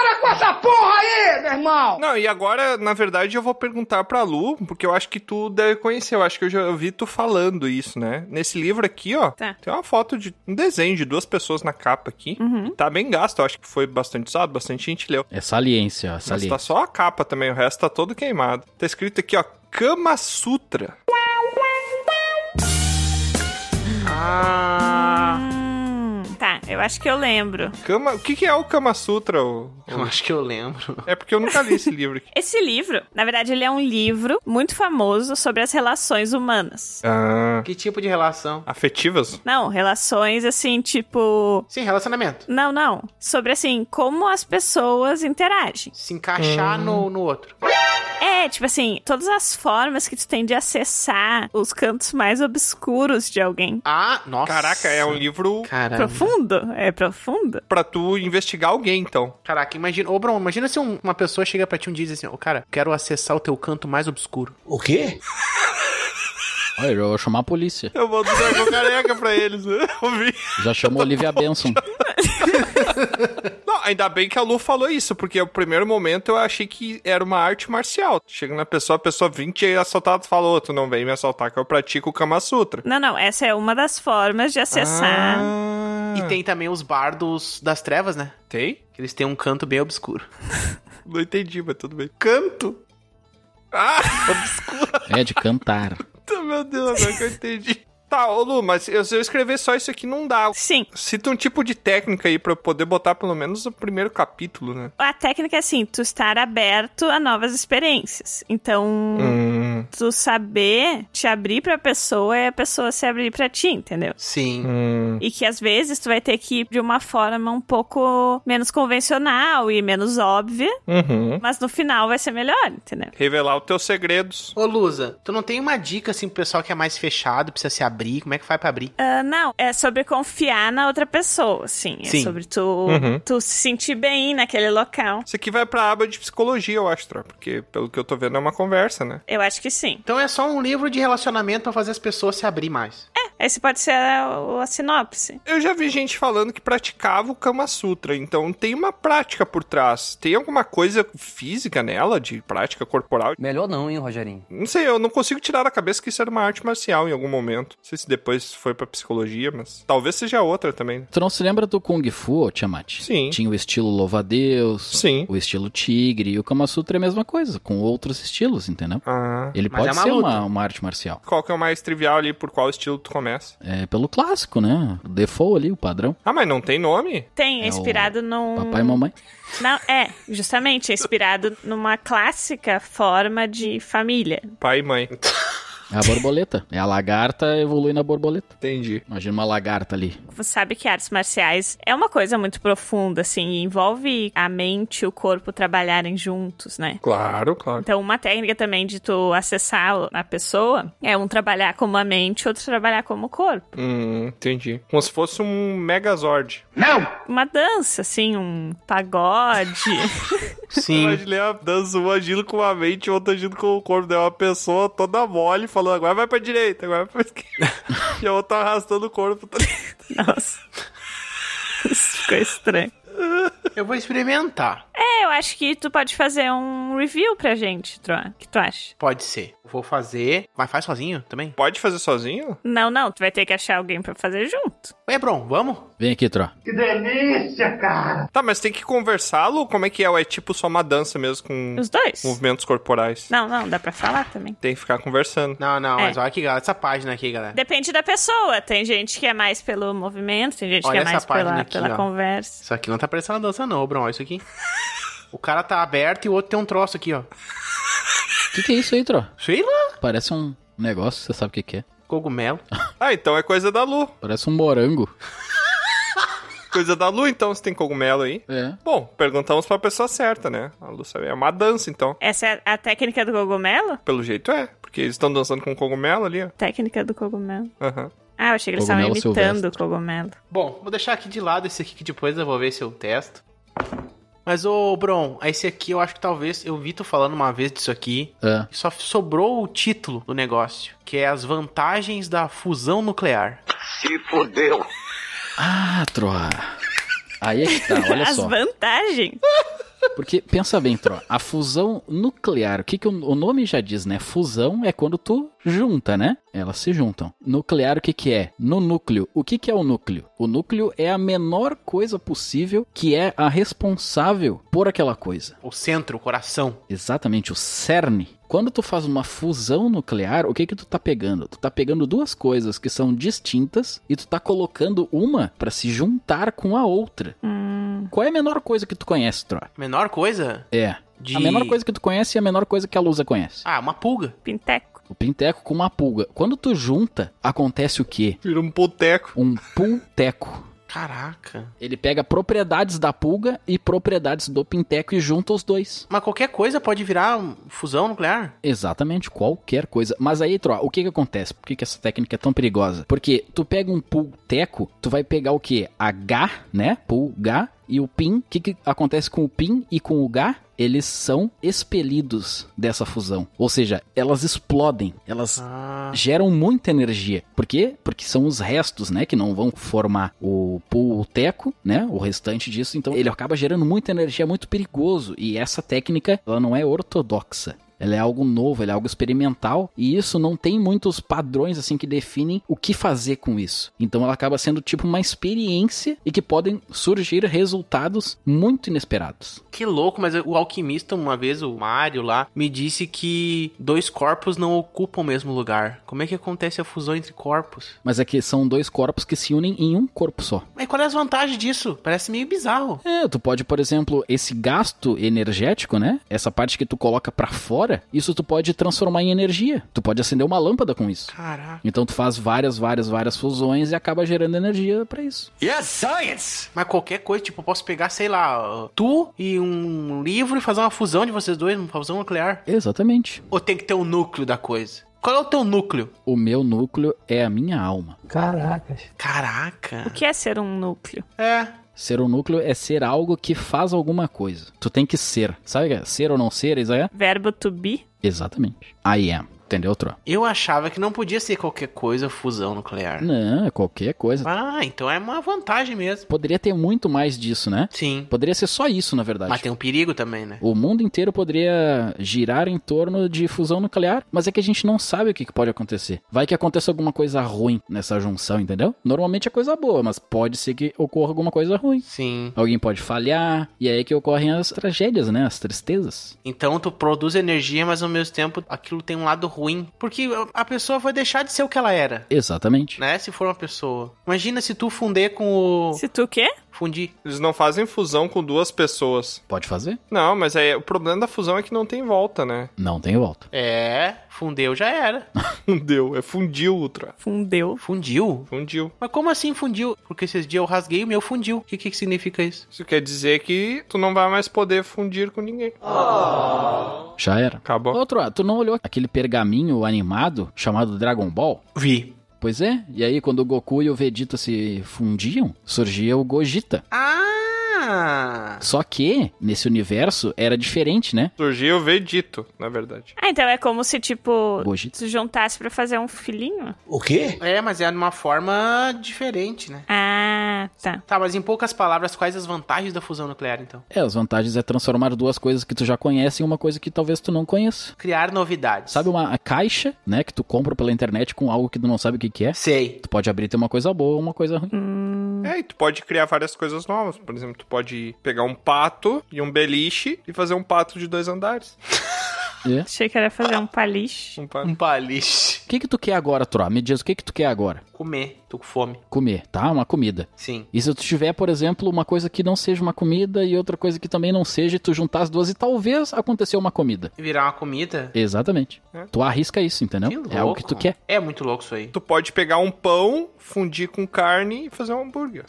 Speaker 7: Não, e agora, na verdade, eu vou perguntar pra Lu, porque eu acho que tu deve conhecer, eu acho que eu já ouvi tu falando isso, né? Nesse livro aqui, ó,
Speaker 4: Tá.
Speaker 7: tem uma foto de um desenho de duas pessoas na capa aqui.
Speaker 4: Uhum.
Speaker 7: Tá bem gasto, eu acho que foi bastante usado, bastante gente leu.
Speaker 1: É saliência, ó,
Speaker 7: Mas
Speaker 1: saliência.
Speaker 7: tá só a capa também, o resto tá todo queimado. Tá escrito aqui, ó, Kama Sutra.
Speaker 3: Ah.
Speaker 4: Hum, tá, eu acho que eu lembro.
Speaker 7: Kama... O que que é o Kama Sutra? ô?
Speaker 3: Eu acho que eu lembro.
Speaker 7: É porque eu nunca li esse livro aqui.
Speaker 4: Esse livro, na verdade, ele é um livro muito famoso sobre as relações humanas.
Speaker 7: Ah,
Speaker 3: Que tipo de relação?
Speaker 7: afetivas?
Speaker 4: Não, relações assim, tipo.
Speaker 3: Sim, relacionamento.
Speaker 4: Não, não. Sobre assim, como as pessoas interagem.
Speaker 3: Se encaixar no, no outro.
Speaker 4: É, tipo assim, todas as formas que tu tem de acessar os cantos mais obscuros de alguém.
Speaker 3: Ah, nossa.
Speaker 7: Caraca, é um livro
Speaker 3: Caramba.
Speaker 4: Profundo? É profundo?
Speaker 7: pra tu investigar alguém, então.
Speaker 3: Caraca, imagina. Ô, Bruno, imagina se um- uma pessoa chega pra ti um dia e diz assim: Ô, cara, quero acessar o teu canto mais obscuro.
Speaker 12: O quê?
Speaker 1: Olha, eu vou chamar a polícia.
Speaker 7: tá- Eu vou dar com careca pra eles, né? (laughs) Eu vi.
Speaker 1: Já chamou
Speaker 7: (laughs)
Speaker 1: Olivia Benson.
Speaker 7: Não, Ah, ainda bem que a Lu falou isso, porque o primeiro momento eu achei que era uma arte marcial. Chega na pessoa, a pessoa vem te assaltar, tu fala, "Ô, tu não vem me assaltar, que eu pratico o Kama Sutra.
Speaker 4: Não, não. Essa é uma das formas de acessar.
Speaker 7: Ah,
Speaker 3: E tem também os bardos das trevas, né?
Speaker 7: Tem?
Speaker 3: Que eles têm um canto bem obscuro.
Speaker 7: Não entendi, mas tudo bem. Canto? Ah,
Speaker 1: É de cantar.
Speaker 7: tá, meu Meu Deus, agora que eu (laughs) entendi. Tá, ô Lu, mas eu- se eu escrever só isso aqui não dá.
Speaker 4: Sim.
Speaker 7: Cita um tipo de técnica aí pra eu poder botar pelo menos o primeiro capítulo, né?
Speaker 4: A técnica é assim, tu estar aberto a novas experiências. Então,
Speaker 7: Hum.
Speaker 4: tu saber te abrir pra pessoa e a pessoa se abrir pra ti, entendeu?
Speaker 7: Hum.
Speaker 3: Sim.
Speaker 4: E que às vezes tu vai ter que ir de uma forma um pouco menos convencional e menos óbvia,
Speaker 7: Uhum.
Speaker 4: mas no final vai ser melhor, entendeu?
Speaker 7: Revelar os teus segredos.
Speaker 3: Ô, Lusa, tu não tem uma dica assim pro pessoal que é mais fechado, precisa se abrir? Como é que faz pra abrir?
Speaker 4: Ah, não, é sobre confiar na outra pessoa, assim. É
Speaker 3: Sim.
Speaker 4: sobre tu,
Speaker 7: Uhum.
Speaker 4: tu se sentir bem naquele local.
Speaker 7: Isso aqui vai pra aba de psicologia, eu acho, Tra, porque pelo que eu tô vendo é uma conversa, né?
Speaker 4: Eu acho que sim.
Speaker 3: Então é só um livro de relacionamento pra fazer as pessoas se abrir mais.
Speaker 4: Esse pode ser a, a sinopse.
Speaker 7: Eu já vi gente falando que praticava o Kama Sutra, então tem uma prática por trás. Tem alguma coisa física nela, de prática corporal?
Speaker 13: Melhor não, hein, Rogerinho?
Speaker 7: Não sei, eu não consigo tirar da cabeça que isso era uma arte marcial em algum momento. Não sei se depois foi pra psicologia, mas talvez seja outra também. né?
Speaker 1: Tu não se lembra do Kung Fu, ô Tiamat?
Speaker 7: Sim.
Speaker 1: Tinha o estilo louva-a-Deus, o estilo tigre, e o Kama Sutra é a mesma coisa, com outros estilos, entendeu?
Speaker 7: Ah,
Speaker 1: Ele
Speaker 7: mas
Speaker 1: pode
Speaker 7: é uma
Speaker 1: ser
Speaker 7: luta.
Speaker 1: uma, uma arte marcial.
Speaker 7: Qual que é o mais trivial ali, por qual estilo tu começa?
Speaker 1: É pelo clássico, né? O default ali, o padrão.
Speaker 7: Ah, mas não tem nome?
Speaker 4: Tem, é
Speaker 1: É o
Speaker 4: inspirado num.
Speaker 1: Papai e mamãe.
Speaker 4: Não, é, justamente, é inspirado numa clássica forma de família.
Speaker 7: Pai e mãe.
Speaker 1: É a borboleta. é a lagarta evolui na borboleta.
Speaker 7: Entendi.
Speaker 1: Imagina uma lagarta ali.
Speaker 4: Você sabe que artes marciais é uma coisa muito profunda, assim, e envolve a mente e o corpo trabalharem juntos, né?
Speaker 7: Claro, claro.
Speaker 4: Então, uma técnica também de tu acessar a pessoa é um trabalhar como a mente, outro trabalhar como o corpo.
Speaker 7: Hum, entendi. Como se fosse um Megazord.
Speaker 4: Uma dança, assim, um pagode.
Speaker 7: Sim. Imaginei a dança, um agindo com a mente, o outro agindo com o corpo. Daí uma pessoa toda mole, falando, agora vai pra direita, agora vai pra (laughs) esquerda. e a outra arrastando o corpo.
Speaker 4: Nossa. Isso ficou estranho.
Speaker 3: Eu vou experimentar.
Speaker 4: É, eu acho que tu pode fazer um review pra gente, Troa. O que tu acha?
Speaker 3: Pode ser. Vou fazer. Mas faz sozinho também?
Speaker 7: Pode fazer sozinho?
Speaker 4: Não, não, tu vai ter que achar alguém pra fazer junto.
Speaker 3: É, Bron, vamos?
Speaker 1: Vem aqui, Tro.
Speaker 3: Que delícia, cara!
Speaker 7: Tá, mas tem que conversá-lo? Como é que é? Ou é tipo só uma dança mesmo com
Speaker 4: Os dois.
Speaker 7: movimentos corporais?
Speaker 4: Não, não, dá pra falar também.
Speaker 7: Tem que ficar conversando.
Speaker 3: Não, não,
Speaker 4: É.
Speaker 3: mas olha aqui, galera, essa página aqui, galera.
Speaker 4: Depende da pessoa. Tem gente que é mais pelo movimento, tem gente
Speaker 3: Olha
Speaker 4: que é
Speaker 3: essa
Speaker 4: mais
Speaker 3: página
Speaker 4: pela,
Speaker 3: aqui,
Speaker 4: pela
Speaker 3: ó.
Speaker 4: conversa.
Speaker 3: Isso aqui não tá parecendo uma dança, não, Bron. Olha isso aqui. o cara tá aberto e o outro tem um troço aqui, ó.
Speaker 1: O que, que é isso aí, Tro?
Speaker 3: Sei lá.
Speaker 1: Parece um negócio, você sabe o que, que é.
Speaker 3: Cogumelo.
Speaker 7: Ah, então é coisa da Lu.
Speaker 1: Parece um morango.
Speaker 7: Coisa da Lu, então, se tem cogumelo aí.
Speaker 1: É.
Speaker 7: Bom, perguntamos pra pessoa certa, né? A Lu sabe. É uma dança, então.
Speaker 4: Essa é a técnica do cogumelo?
Speaker 7: Pelo jeito é, porque eles estão dançando com um cogumelo ali, ó.
Speaker 4: Técnica do cogumelo.
Speaker 7: Aham.
Speaker 4: Ah, eu achei que eles estavam
Speaker 7: Cogumelo
Speaker 4: imitando
Speaker 7: silvestre.
Speaker 4: o cogumelo.
Speaker 3: Bom, vou deixar aqui de lado esse aqui que depois eu vou ver se eu testo. Mas, ô, Bron, esse aqui eu acho que talvez eu vi tu falando uma vez disso aqui.
Speaker 1: É.
Speaker 3: Só sobrou o título do negócio, que é as vantagens da fusão nuclear.
Speaker 11: Se fudeu.
Speaker 1: Ah, Tro. Aí é que tá, olha
Speaker 4: As
Speaker 1: só.
Speaker 4: vantagens.
Speaker 1: Porque, pensa bem, Tro, a fusão nuclear, o que, que o, o nome já diz, né? Fusão é quando tu junta, né? Elas se juntam. Nuclear, o que que é? No núcleo. O que que é o núcleo? O núcleo é a menor coisa possível que é a responsável por aquela coisa.
Speaker 3: O centro, o coração.
Speaker 1: Exatamente, o cerne. Quando tu faz uma fusão nuclear, o que que tu tá pegando? Tu tá pegando duas coisas que são distintas e tu tá colocando uma pra se juntar com a outra. Qual é a menor coisa que tu conhece, Tro?
Speaker 3: Menor coisa?
Speaker 1: É.
Speaker 3: De-
Speaker 1: A menor coisa que tu conhece é a menor coisa que a Lusa conhece.
Speaker 3: Ah, uma pulga.
Speaker 4: Pinteco.
Speaker 1: O pinteco com uma pulga. Quando tu junta, acontece o quê?
Speaker 7: Vira um puteco.
Speaker 1: Um pulteco.
Speaker 3: Caraca.
Speaker 1: Ele pega propriedades da pulga e propriedades do pinteco e junta os dois.
Speaker 3: Mas qualquer coisa pode virar um- fusão nuclear?
Speaker 1: Exatamente, qualquer coisa. Mas aí, Tro, o que que acontece? Por que que essa técnica é tão perigosa? Porque tu pega um pulteco, tu vai pegar o quê? H, né? Pulga e o pin. O que que acontece com o pin e com o H? Eles são expelidos dessa fusão. Ou seja, elas explodem. Elas
Speaker 3: Ah,
Speaker 1: geram muita energia. Por quê? Porque são os restos, né, que não vão formar o pulteco, né, o restante disso. Então ele acaba gerando muita energia, é muito perigoso. E essa técnica, ela não é ortodoxa. Ela é algo novo, ela é algo experimental e isso não tem muitos padrões assim que definem o que fazer com isso. Então ela acaba sendo tipo uma experiência e que podem surgir resultados muito inesperados.
Speaker 3: Que louco, mas o alquimista, uma vez, o Mario lá, me disse que dois corpos não ocupam o mesmo lugar. Como é que acontece a fusão entre corpos?
Speaker 1: Mas é que são dois corpos que se unem em um corpo só.
Speaker 3: Mas qual é as vantagens disso? Parece meio bizarro.
Speaker 1: É, tu pode, por exemplo, esse gasto energético, né? Essa parte que tu coloca para fora, isso tu pode transformar em energia. Tu pode acender uma lâmpada com isso.
Speaker 3: Caraca.
Speaker 1: Então tu faz várias, várias, várias fusões e acaba gerando energia para isso.
Speaker 3: Yes, science! Mas qualquer coisa, tipo, eu posso pegar, sei lá, tu e um livro e fazer uma fusão de vocês dois, uma fusão nuclear.
Speaker 1: Exatamente.
Speaker 3: Ou tem que ter o um núcleo da coisa? Qual é o teu núcleo?
Speaker 1: O meu núcleo é a minha alma.
Speaker 12: Caracas.
Speaker 3: Caraca.
Speaker 4: O que é ser um núcleo?
Speaker 3: É.
Speaker 1: Ser um núcleo é ser algo que faz alguma coisa. Tu tem que ser. Sabe o que é? Ser ou não ser, isso é?
Speaker 4: Verbo to be?
Speaker 1: Exatamente. I am. Entendeu, Tro?
Speaker 3: Eu achava que não podia ser qualquer coisa fusão nuclear.
Speaker 1: Não, é qualquer coisa.
Speaker 3: Ah, então é uma vantagem mesmo.
Speaker 1: Poderia ter muito mais disso, né?
Speaker 3: Sim.
Speaker 1: Poderia ser só isso, na verdade.
Speaker 3: Mas tem um perigo também, né?
Speaker 1: O mundo inteiro poderia girar em torno de fusão nuclear, mas é que a gente não sabe o que pode acontecer. Vai que aconteça alguma coisa ruim nessa junção, entendeu? Normalmente é coisa boa, mas pode ser que ocorra alguma coisa ruim.
Speaker 3: Sim.
Speaker 1: Alguém pode falhar, e é aí que ocorrem as tragédias, né? As tristezas.
Speaker 3: Então tu produz energia, mas ao mesmo tempo aquilo tem um lado ruim ruim. Porque a pessoa vai deixar de ser o que ela era.
Speaker 1: Exatamente.
Speaker 3: Né? Se for uma pessoa. Imagina se tu funder com o.
Speaker 4: Se tu quê?
Speaker 3: Fundir.
Speaker 7: Eles não fazem fusão com duas pessoas.
Speaker 1: Pode fazer?
Speaker 7: Não, mas aí, o problema da fusão é que não tem volta, né? (laughs)
Speaker 1: Não tem volta.
Speaker 3: É, fundeu já era.
Speaker 7: fundeu, é fundiu, Ultra.
Speaker 4: Fundeu.
Speaker 3: Fundiu?
Speaker 7: Fundiu.
Speaker 3: Mas como assim fundiu? Porque esses dias eu rasguei o meu fundiu. O que, que significa isso?
Speaker 7: Isso quer dizer que tu não vai mais poder fundir com ninguém.
Speaker 1: Oh. Já era.
Speaker 7: Acabou.
Speaker 1: Outro, ah, tu não olhou aquele pergaminho animado chamado Dragon Ball?
Speaker 3: Vi.
Speaker 1: Pois é, e aí quando o Goku e o Vegeta se fundiam, surgia o Gogeta.
Speaker 3: Ah!
Speaker 1: Só que, nesse universo, era diferente, né?
Speaker 7: Surgia o Vegito, na verdade.
Speaker 4: Ah, então é como se, tipo,
Speaker 1: Gogeta.
Speaker 4: se juntasse para fazer um filhinho?
Speaker 12: O quê?
Speaker 3: É, mas é numa forma diferente, né?
Speaker 4: Ah, tá.
Speaker 3: Tá, mas em poucas palavras, quais as vantagens da fusão nuclear, então?
Speaker 1: É, as vantagens é transformar duas coisas que tu já conhece em uma coisa que talvez tu não conheça.
Speaker 3: Criar novidades.
Speaker 1: Sabe uma caixa, né, que tu compra pela internet com algo que tu não sabe o que que é.
Speaker 3: Sei.
Speaker 1: (laughs) Tu pode abrir ter uma coisa boa ou uma coisa ruim.
Speaker 4: Hum.
Speaker 7: É, e tu pode criar várias coisas novas. Por exemplo, tu pode pegar um pato e um beliche e fazer um pato de dois andares.
Speaker 1: É.
Speaker 4: Achei que era fazer um paliche.
Speaker 7: Um pato.
Speaker 3: Um paliche.
Speaker 1: O que que tu quer agora, Tro? Me diz, o que que tu quer agora?
Speaker 3: Comer. Tô com fome.
Speaker 1: Comer, tá? Uma comida.
Speaker 3: Sim.
Speaker 1: E se tu tiver, por exemplo, uma coisa que não seja uma comida e outra coisa que também não seja, e tu juntar as duas e talvez acontecer uma comida.
Speaker 3: Virar uma comida?
Speaker 1: Exatamente.
Speaker 7: É.
Speaker 1: Tu arrisca isso, entendeu?
Speaker 3: Que louco.
Speaker 1: É algo que tu quer.
Speaker 3: É muito louco isso aí.
Speaker 7: Tu pode pegar um pão, fundir com carne e fazer um hambúrguer.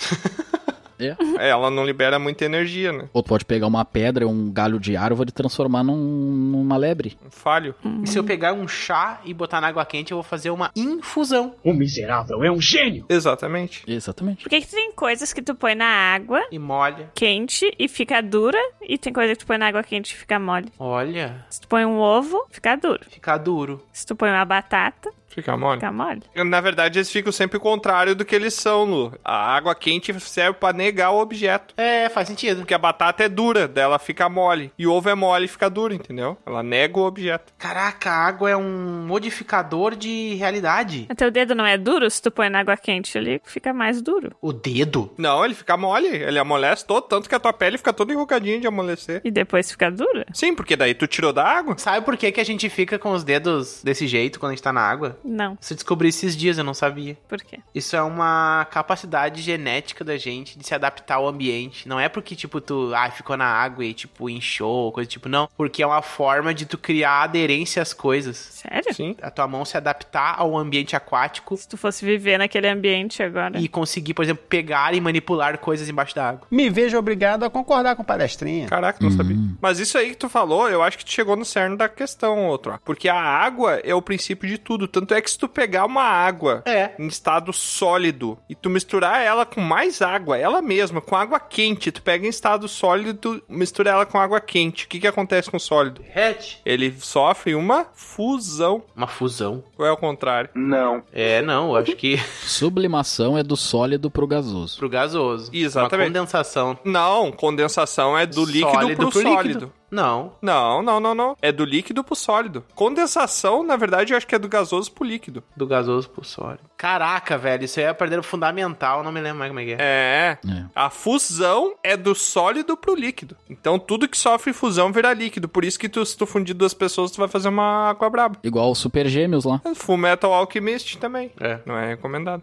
Speaker 1: É.
Speaker 7: É, Ela não libera muita energia, né?
Speaker 1: Ou tu pode pegar uma pedra, um galho de árvore e transformar num, numa lebre.
Speaker 7: Um falho.
Speaker 3: E se eu pegar um chá e botar na água quente, eu vou fazer uma infusão.
Speaker 11: O miserável é um gênio!
Speaker 7: Exatamente.
Speaker 1: Exatamente.
Speaker 4: Por que, que tem coisas que tu põe na água
Speaker 3: E molha.
Speaker 4: quente e fica dura, e tem coisa que tu põe na água quente e fica mole?
Speaker 3: Olha,
Speaker 4: Se tu põe um ovo, fica duro.
Speaker 3: ficar duro.
Speaker 4: Se tu põe uma batata,
Speaker 7: Fica mole.
Speaker 4: fica mole.
Speaker 7: Na verdade, eles ficam sempre o contrário do que eles são, Lu. A água quente serve pra negar o objeto.
Speaker 3: É, faz sentido.
Speaker 7: Porque a batata é dura, dela fica mole. E o ovo é mole e fica duro, entendeu? Ela nega o objeto.
Speaker 3: Caraca, a água é um modificador de realidade.
Speaker 4: Até o dedo não é duro, se tu põe na água quente ele fica mais duro.
Speaker 3: O dedo?
Speaker 7: Não, ele fica mole, ele amolece todo, tanto que a tua pele fica toda enrugadinha de amolecer.
Speaker 4: E depois fica dura?
Speaker 7: Sim, porque daí tu tirou da água.
Speaker 3: Sabe por que, que a gente fica com os dedos desse jeito quando a gente tá na água?
Speaker 4: Não.
Speaker 3: Isso eu descobri esses dias, eu não sabia.
Speaker 4: Por quê?
Speaker 3: Isso é uma capacidade genética da gente de se adaptar ao ambiente. Não é porque, tipo, tu ah, ficou na água e, tipo, inchou, coisa do tipo, não. Porque é uma forma de tu criar aderência às coisas.
Speaker 4: Sério?
Speaker 7: Sim.
Speaker 3: A tua mão se adaptar ao ambiente aquático
Speaker 4: Se tu fosse viver naquele ambiente
Speaker 7: Né?
Speaker 4: agora.
Speaker 3: e conseguir, por exemplo, pegar e manipular coisas embaixo da água.
Speaker 12: Me vejo obrigado a concordar com palestrinha.
Speaker 7: Caraca, não sabia. Mas isso aí que tu falou, eu acho que tu chegou no cerne da questão, outro. Porque a água é o princípio de tudo. Tanto é que se tu pegar uma água
Speaker 3: É.
Speaker 7: em estado sólido e tu misturar ela com mais água, ela mesma, com água quente, tu pega em estado sólido, mistura ela com água quente. O que, que acontece com o sólido?
Speaker 3: Hatch.
Speaker 7: Ele sofre uma fusão.
Speaker 3: Uma fusão.
Speaker 7: Ou é o contrário?
Speaker 11: Não.
Speaker 3: É, não, eu acho que (laughs)
Speaker 1: Sublimação é do sólido pro gasoso.
Speaker 3: pro gasoso.
Speaker 7: Exatamente.
Speaker 3: Uma condensação.
Speaker 7: Não, condensação é do líquido
Speaker 3: Sólido
Speaker 7: pro,
Speaker 3: pro
Speaker 7: sólido.
Speaker 3: líquido. Não.
Speaker 7: Não, não, não, não. É do líquido pro sólido. Condensação, na verdade, eu acho que é do gasoso pro líquido.
Speaker 3: Do gasoso pro sólido. Caraca, velho, isso aí é perder o fundamental, não me lembro mais como é que é.
Speaker 7: É. A fusão é do sólido pro líquido. Então tudo que sofre fusão vira líquido. Por isso que tu, se tu fundir duas pessoas, tu vai fazer uma água braba.
Speaker 1: Igual os Super Gêmeos lá.
Speaker 7: Um Full Metal Alchemist também.
Speaker 3: É.
Speaker 7: Não é recomendado.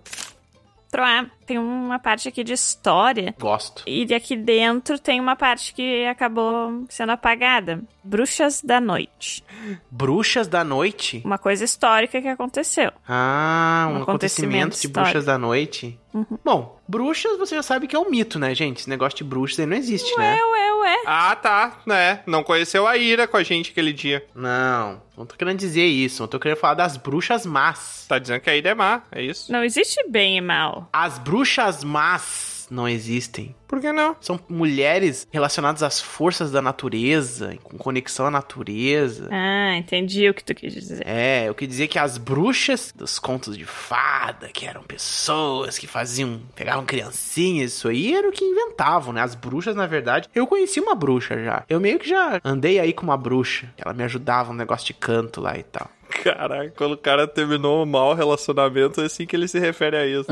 Speaker 4: Troá, tem uma parte aqui de história.
Speaker 3: Gosto.
Speaker 4: E aqui dentro tem uma parte que acabou sendo apagada. Bruxas da Noite.
Speaker 3: Bruxas da Noite?
Speaker 4: Uma coisa histórica que aconteceu.
Speaker 3: Ah, um,
Speaker 4: Um
Speaker 3: acontecimento, Uhum.
Speaker 4: acontecimento
Speaker 3: de
Speaker 4: histórico.
Speaker 3: Bruxas da Noite. Bom, bruxas você já sabe que é um mito, né, gente? Esse negócio de bruxas aí não existe, né?
Speaker 4: É, Ué, ué.
Speaker 7: Ah, tá, né? Não conheceu a Ira com a gente aquele dia.
Speaker 3: Não, não tô querendo dizer isso. Eu tô querendo falar das bruxas más.
Speaker 7: Tá dizendo que a Ira é má, é isso?
Speaker 4: Não existe bem e mal.
Speaker 3: As bruxas más não existem.
Speaker 7: Por que não?
Speaker 3: São mulheres relacionadas às forças da natureza, com conexão à natureza.
Speaker 4: Ah, entendi o que tu quis dizer.
Speaker 3: É, eu queria dizer que as bruxas dos contos de fada, que eram pessoas que faziam, pegavam criancinhas, isso aí era o que inventavam, né? As bruxas, na verdade, eu conheci uma bruxa já. Eu meio que já andei aí com uma bruxa, que ela me ajudava no negócio de canto lá e tal.
Speaker 7: Caraca, quando o cara terminou mal o relacionamento, é assim que ele se refere a isso.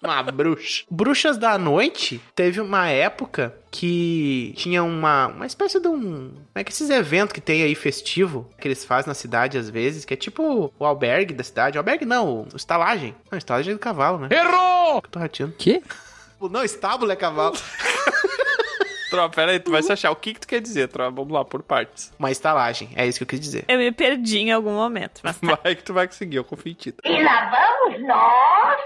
Speaker 3: Uma bruxa. Bruxas da Noite teve uma época que tinha uma, uma espécie de um. Como é que esses eventos que tem aí festivo, que eles fazem na cidade às vezes, que é tipo o albergue da cidade. albergue não, o estalagem. Não, estalagem é do cavalo, né? Errou! Tô rateando.
Speaker 1: Que?
Speaker 3: Não, estábulo é cavalo.
Speaker 7: Tropa, pera aí, tu vai se achar. O que que tu quer dizer, Tropa? Vamos lá, por
Speaker 3: (laughs)
Speaker 7: partes.
Speaker 3: Uma estalagem, é isso que eu quis dizer.
Speaker 4: Eu me perdi em algum momento, mas tá.
Speaker 7: Vai que tu vai conseguir, eu confio em ti.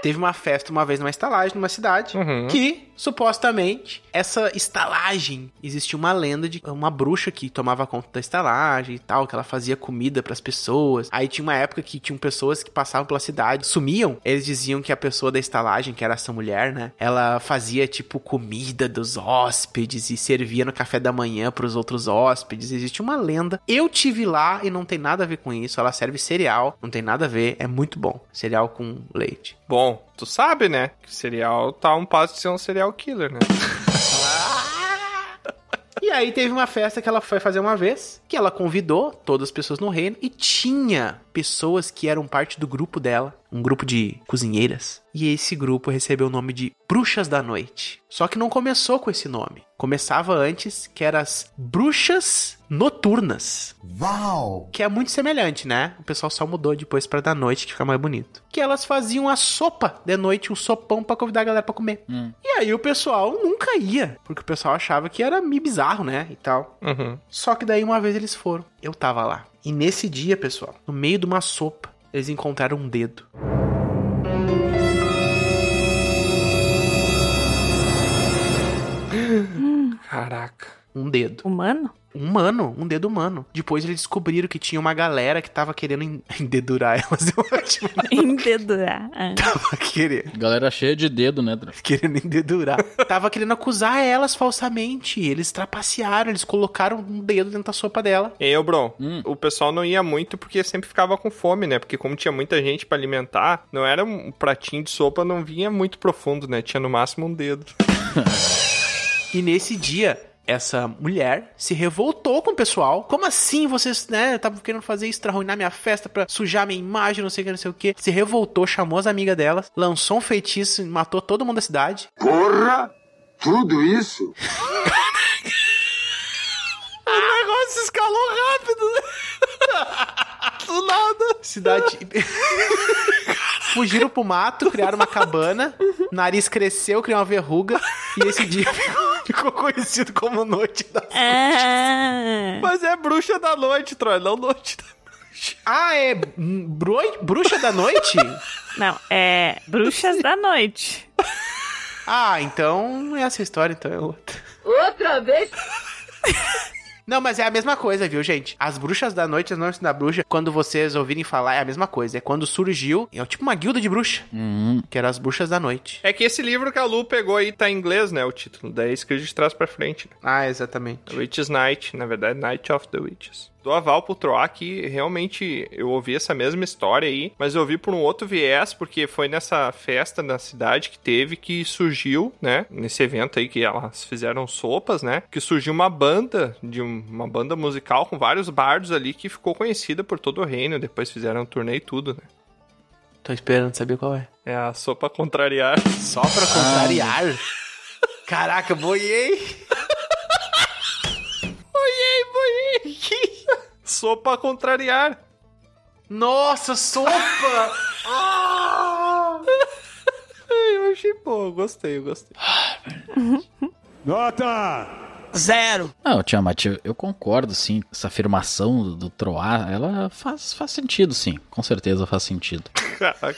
Speaker 3: Teve uma festa uma vez numa estalagem numa cidade
Speaker 7: Uhum.
Speaker 3: que supostamente essa estalagem existia uma lenda de uma bruxa que tomava conta da estalagem e tal, que ela fazia comida pras pessoas. Aí tinha uma época que tinham pessoas que passavam pela cidade, sumiam. Eles diziam que a pessoa da estalagem, que era essa mulher, né, ela fazia tipo comida dos hóspedes e servia no café da manhã pros outros hóspedes. Existe uma lenda. Eu tive lá e não tem nada a ver com isso. Ela serve cereal, não tem nada a ver, é muito bom. Cereal com leite.
Speaker 7: Bom, tu sabe, né? Que cereal tá a um passo de ser um serial killer, né?
Speaker 3: E aí teve uma festa que ela foi fazer uma vez, que ela convidou todas as pessoas no reino e tinha pessoas que eram parte do grupo dela, um grupo de cozinheiras. E esse grupo recebeu o nome de Bruxas da Noite. Só que não começou com esse nome. Começava antes, que era as Bruxas Noturnas.
Speaker 9: Uau!
Speaker 3: Que é muito semelhante, né? O pessoal só mudou depois pra da noite, que fica mais bonito. Que elas faziam a sopa de noite, um sopão pra convidar a galera pra comer.
Speaker 1: Hum.
Speaker 3: E aí o pessoal nunca ia, porque o pessoal achava que era meio bizarro, né? E tal.
Speaker 7: Uhum.
Speaker 3: Só que daí uma vez eles foram. Eu tava lá. E nesse dia, pessoal, no meio de uma sopa, eles encontraram um dedo.
Speaker 7: Caraca.
Speaker 3: Um dedo.
Speaker 4: Humano? (laughs)
Speaker 3: Humano, um dedo humano. Depois eles descobriram que tinha uma galera que tava querendo en- (laughs) endedurar elas. Eu acho que
Speaker 4: Endedurar. Ah.
Speaker 3: tava querendo.
Speaker 1: Galera cheia de dedo, né, Dra?
Speaker 3: (laughs) Querendo endedurar. Tava querendo acusar elas falsamente. Eles trapacearam, eles colocaram um dedo dentro da sopa dela.
Speaker 7: E aí, ô, Bron,
Speaker 1: Hum.
Speaker 7: o pessoal não ia muito porque sempre ficava com fome, né? Porque como tinha muita gente pra alimentar, não era um pratinho de sopa, não vinha muito profundo, né? Tinha no máximo um dedo.
Speaker 3: E nesse dia, essa mulher se revoltou com o pessoal. Como assim vocês, né, estavam querendo fazer isso pra arruinar minha festa, pra sujar minha imagem, não sei o que, não sei o que. Se revoltou, chamou as amigas delas, lançou um feitiço e matou todo mundo da cidade.
Speaker 9: Porra! Tudo isso?
Speaker 7: O negócio escalou rápido, né? Do nada.
Speaker 3: (laughs) Cidade. Fugiram pro mato, criaram uma cabana, nariz cresceu, criou uma verruga, e esse (laughs) dia ficou- ficou conhecido como Noite da
Speaker 4: Ah.
Speaker 7: Mas é bruxa da noite, Troy, não noite da
Speaker 3: Ah, é hum, broi- bruxa da noite?
Speaker 4: Não, é Bruxas da Noite.
Speaker 3: (laughs) Ah, então é essa história, então é outra.
Speaker 2: Outra vez?
Speaker 3: Não, mas é a mesma coisa, viu, gente? As bruxas da noite, as noites da bruxa, quando vocês ouvirem falar, é a mesma coisa. É quando surgiu, é tipo uma guilda de bruxa,
Speaker 1: Hum.
Speaker 3: que era as bruxas da noite.
Speaker 7: É que esse livro que a Lu pegou aí tá em inglês, né? O título. Daí é escrito de trás pra frente. Né?
Speaker 3: Ah, exatamente.
Speaker 7: Witch's Night, na verdade, Night of the Witches. Dou aval pro Troá que realmente eu ouvi essa mesma história aí, mas eu ouvi por um outro viés, porque foi nessa festa na cidade que teve que surgiu, né? Nesse evento aí que elas fizeram sopas, né? Que surgiu uma banda, de um- uma banda musical com vários bardos ali que ficou conhecida por todo o reino. Depois fizeram um turnê e tudo, né?
Speaker 3: Tô esperando saber qual é.
Speaker 7: É a sopa contrariar.
Speaker 3: Só pra contrariar? Caraca, boiei!
Speaker 7: boiei, boiei! sopa contrariar.
Speaker 3: Nossa, sopa! Ah!
Speaker 7: Eu achei bom, eu gostei, eu gostei.
Speaker 13: Nota! Zero!
Speaker 1: Não, Tiamat, eu- eu concordo, sim. Essa afirmação do, do Troar, ela faz, faz sentido, sim. Com certeza faz sentido.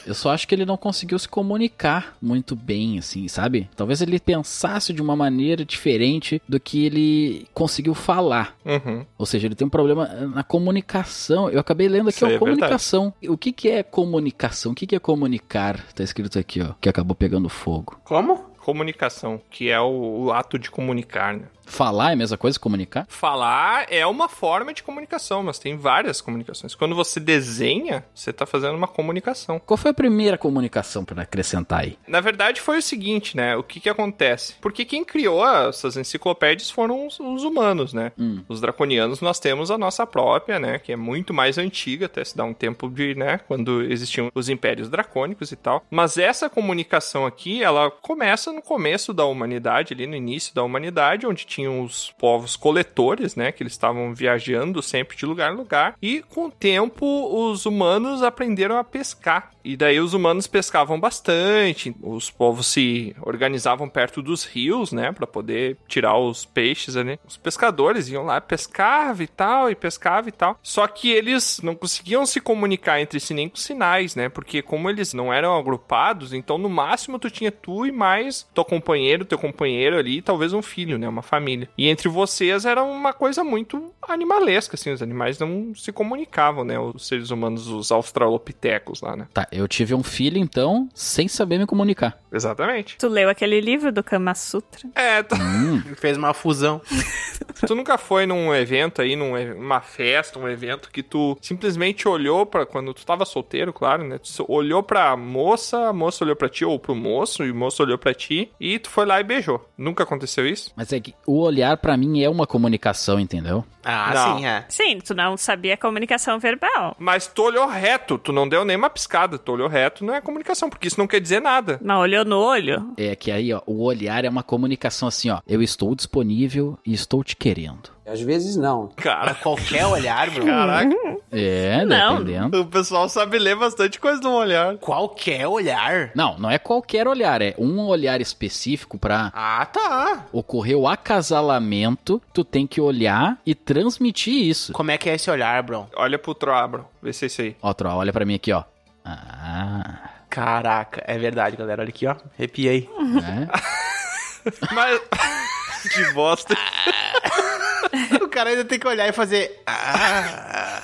Speaker 1: Eu só acho que ele não conseguiu se comunicar muito bem, assim, sabe? Talvez ele pensasse de uma maneira diferente do que ele conseguiu falar.
Speaker 7: Uhum.
Speaker 1: Ou seja, ele tem um problema na comunicação. Eu acabei lendo aqui,
Speaker 7: Isso
Speaker 1: ó,
Speaker 7: aí é
Speaker 1: comunicação. O que que é comunicação? O que que é comunicar? Tá escrito aqui, ó, que acabou pegando fogo.
Speaker 3: Como?
Speaker 7: Comunicação, que é o, o ato de comunicar, né?
Speaker 1: Falar é a mesma coisa que comunicar?
Speaker 7: Falar é uma forma de comunicação, mas tem várias comunicações. Quando você desenha, você tá fazendo uma comunicação.
Speaker 1: Qual foi a primeira comunicação para acrescentar aí?
Speaker 7: Na verdade, foi o seguinte, né? O que que acontece? Porque quem criou essas enciclopédias foram os, os humanos, né? Os draconianos, nós temos a nossa própria, né? Que é muito mais antiga, até se dá um tempo de, né? Quando existiam os impérios dracônicos e tal. Mas essa comunicação aqui, ela começa no começo da humanidade, ali no início da humanidade, onde tinham os povos coletores, né? Que eles estavam viajando sempre de lugar em lugar. E com o tempo, os humanos aprenderam a pescar. E daí os humanos pescavam bastante, os povos se organizavam perto dos rios, né, Pra poder tirar os peixes ali. Os pescadores iam lá, pescava e tal, e pescava e tal. Só que eles não conseguiam se comunicar entre si nem com sinais, né, porque como eles não eram agrupados, então no máximo tu tinha tu e mais teu companheiro, teu companheiro ali, e talvez um filho, né, uma família. E entre vocês era uma coisa muito animalesca, assim, os animais não se comunicavam, né, os seres humanos, os australopitecos lá, né.
Speaker 1: Tá, eu tive um filho, então, sem saber me comunicar.
Speaker 7: Exatamente.
Speaker 4: Tu leu aquele livro do Kama Sutra?
Speaker 7: É, tu...
Speaker 3: fez uma fusão.
Speaker 7: tu nunca foi num evento aí, numa festa, um evento que tu simplesmente olhou pra. quando tu tava solteiro, claro, né? Tu so- olhou pra moça, a moça olhou pra ti ou pro moço e o moço olhou pra ti e tu foi lá e beijou. Nunca aconteceu isso?
Speaker 1: Mas é que o olhar pra mim é uma comunicação, entendeu?
Speaker 3: Ah,
Speaker 7: sim,
Speaker 3: é.
Speaker 4: Sim, tu não sabia comunicação verbal.
Speaker 7: Mas tu olhou reto, tu não deu nem uma piscada, tu olhou reto, não é comunicação, porque isso não quer dizer nada.
Speaker 4: Não, olhou no olho.
Speaker 1: É que aí, ó, o olhar é uma comunicação assim, ó. Eu estou disponível e estou te querendo.
Speaker 14: Às vezes não.
Speaker 7: Cara,
Speaker 3: qualquer olhar, Bruno.
Speaker 7: Caraca.
Speaker 1: É,
Speaker 7: Não.
Speaker 1: dependendo.
Speaker 7: O pessoal sabe ler bastante coisa no olhar.
Speaker 3: Qualquer olhar?
Speaker 1: Não, não é qualquer olhar, é um olhar específico pra.
Speaker 3: Ah, tá.
Speaker 1: Ocorrer o acasalamento, tu tem que olhar e transmitir isso.
Speaker 3: Como é que é esse olhar, Bruno?
Speaker 7: Olha pro Troabro, vê se é isso aí.
Speaker 1: Ó, Tro, olha pra mim aqui, ó. Ah.
Speaker 3: Caraca, é verdade, galera. Olha aqui, ó. Arrepiei.
Speaker 1: Né?
Speaker 3: (laughs)
Speaker 7: Mas. que bosta.
Speaker 3: o cara ainda tem que olhar e fazer. "Ah."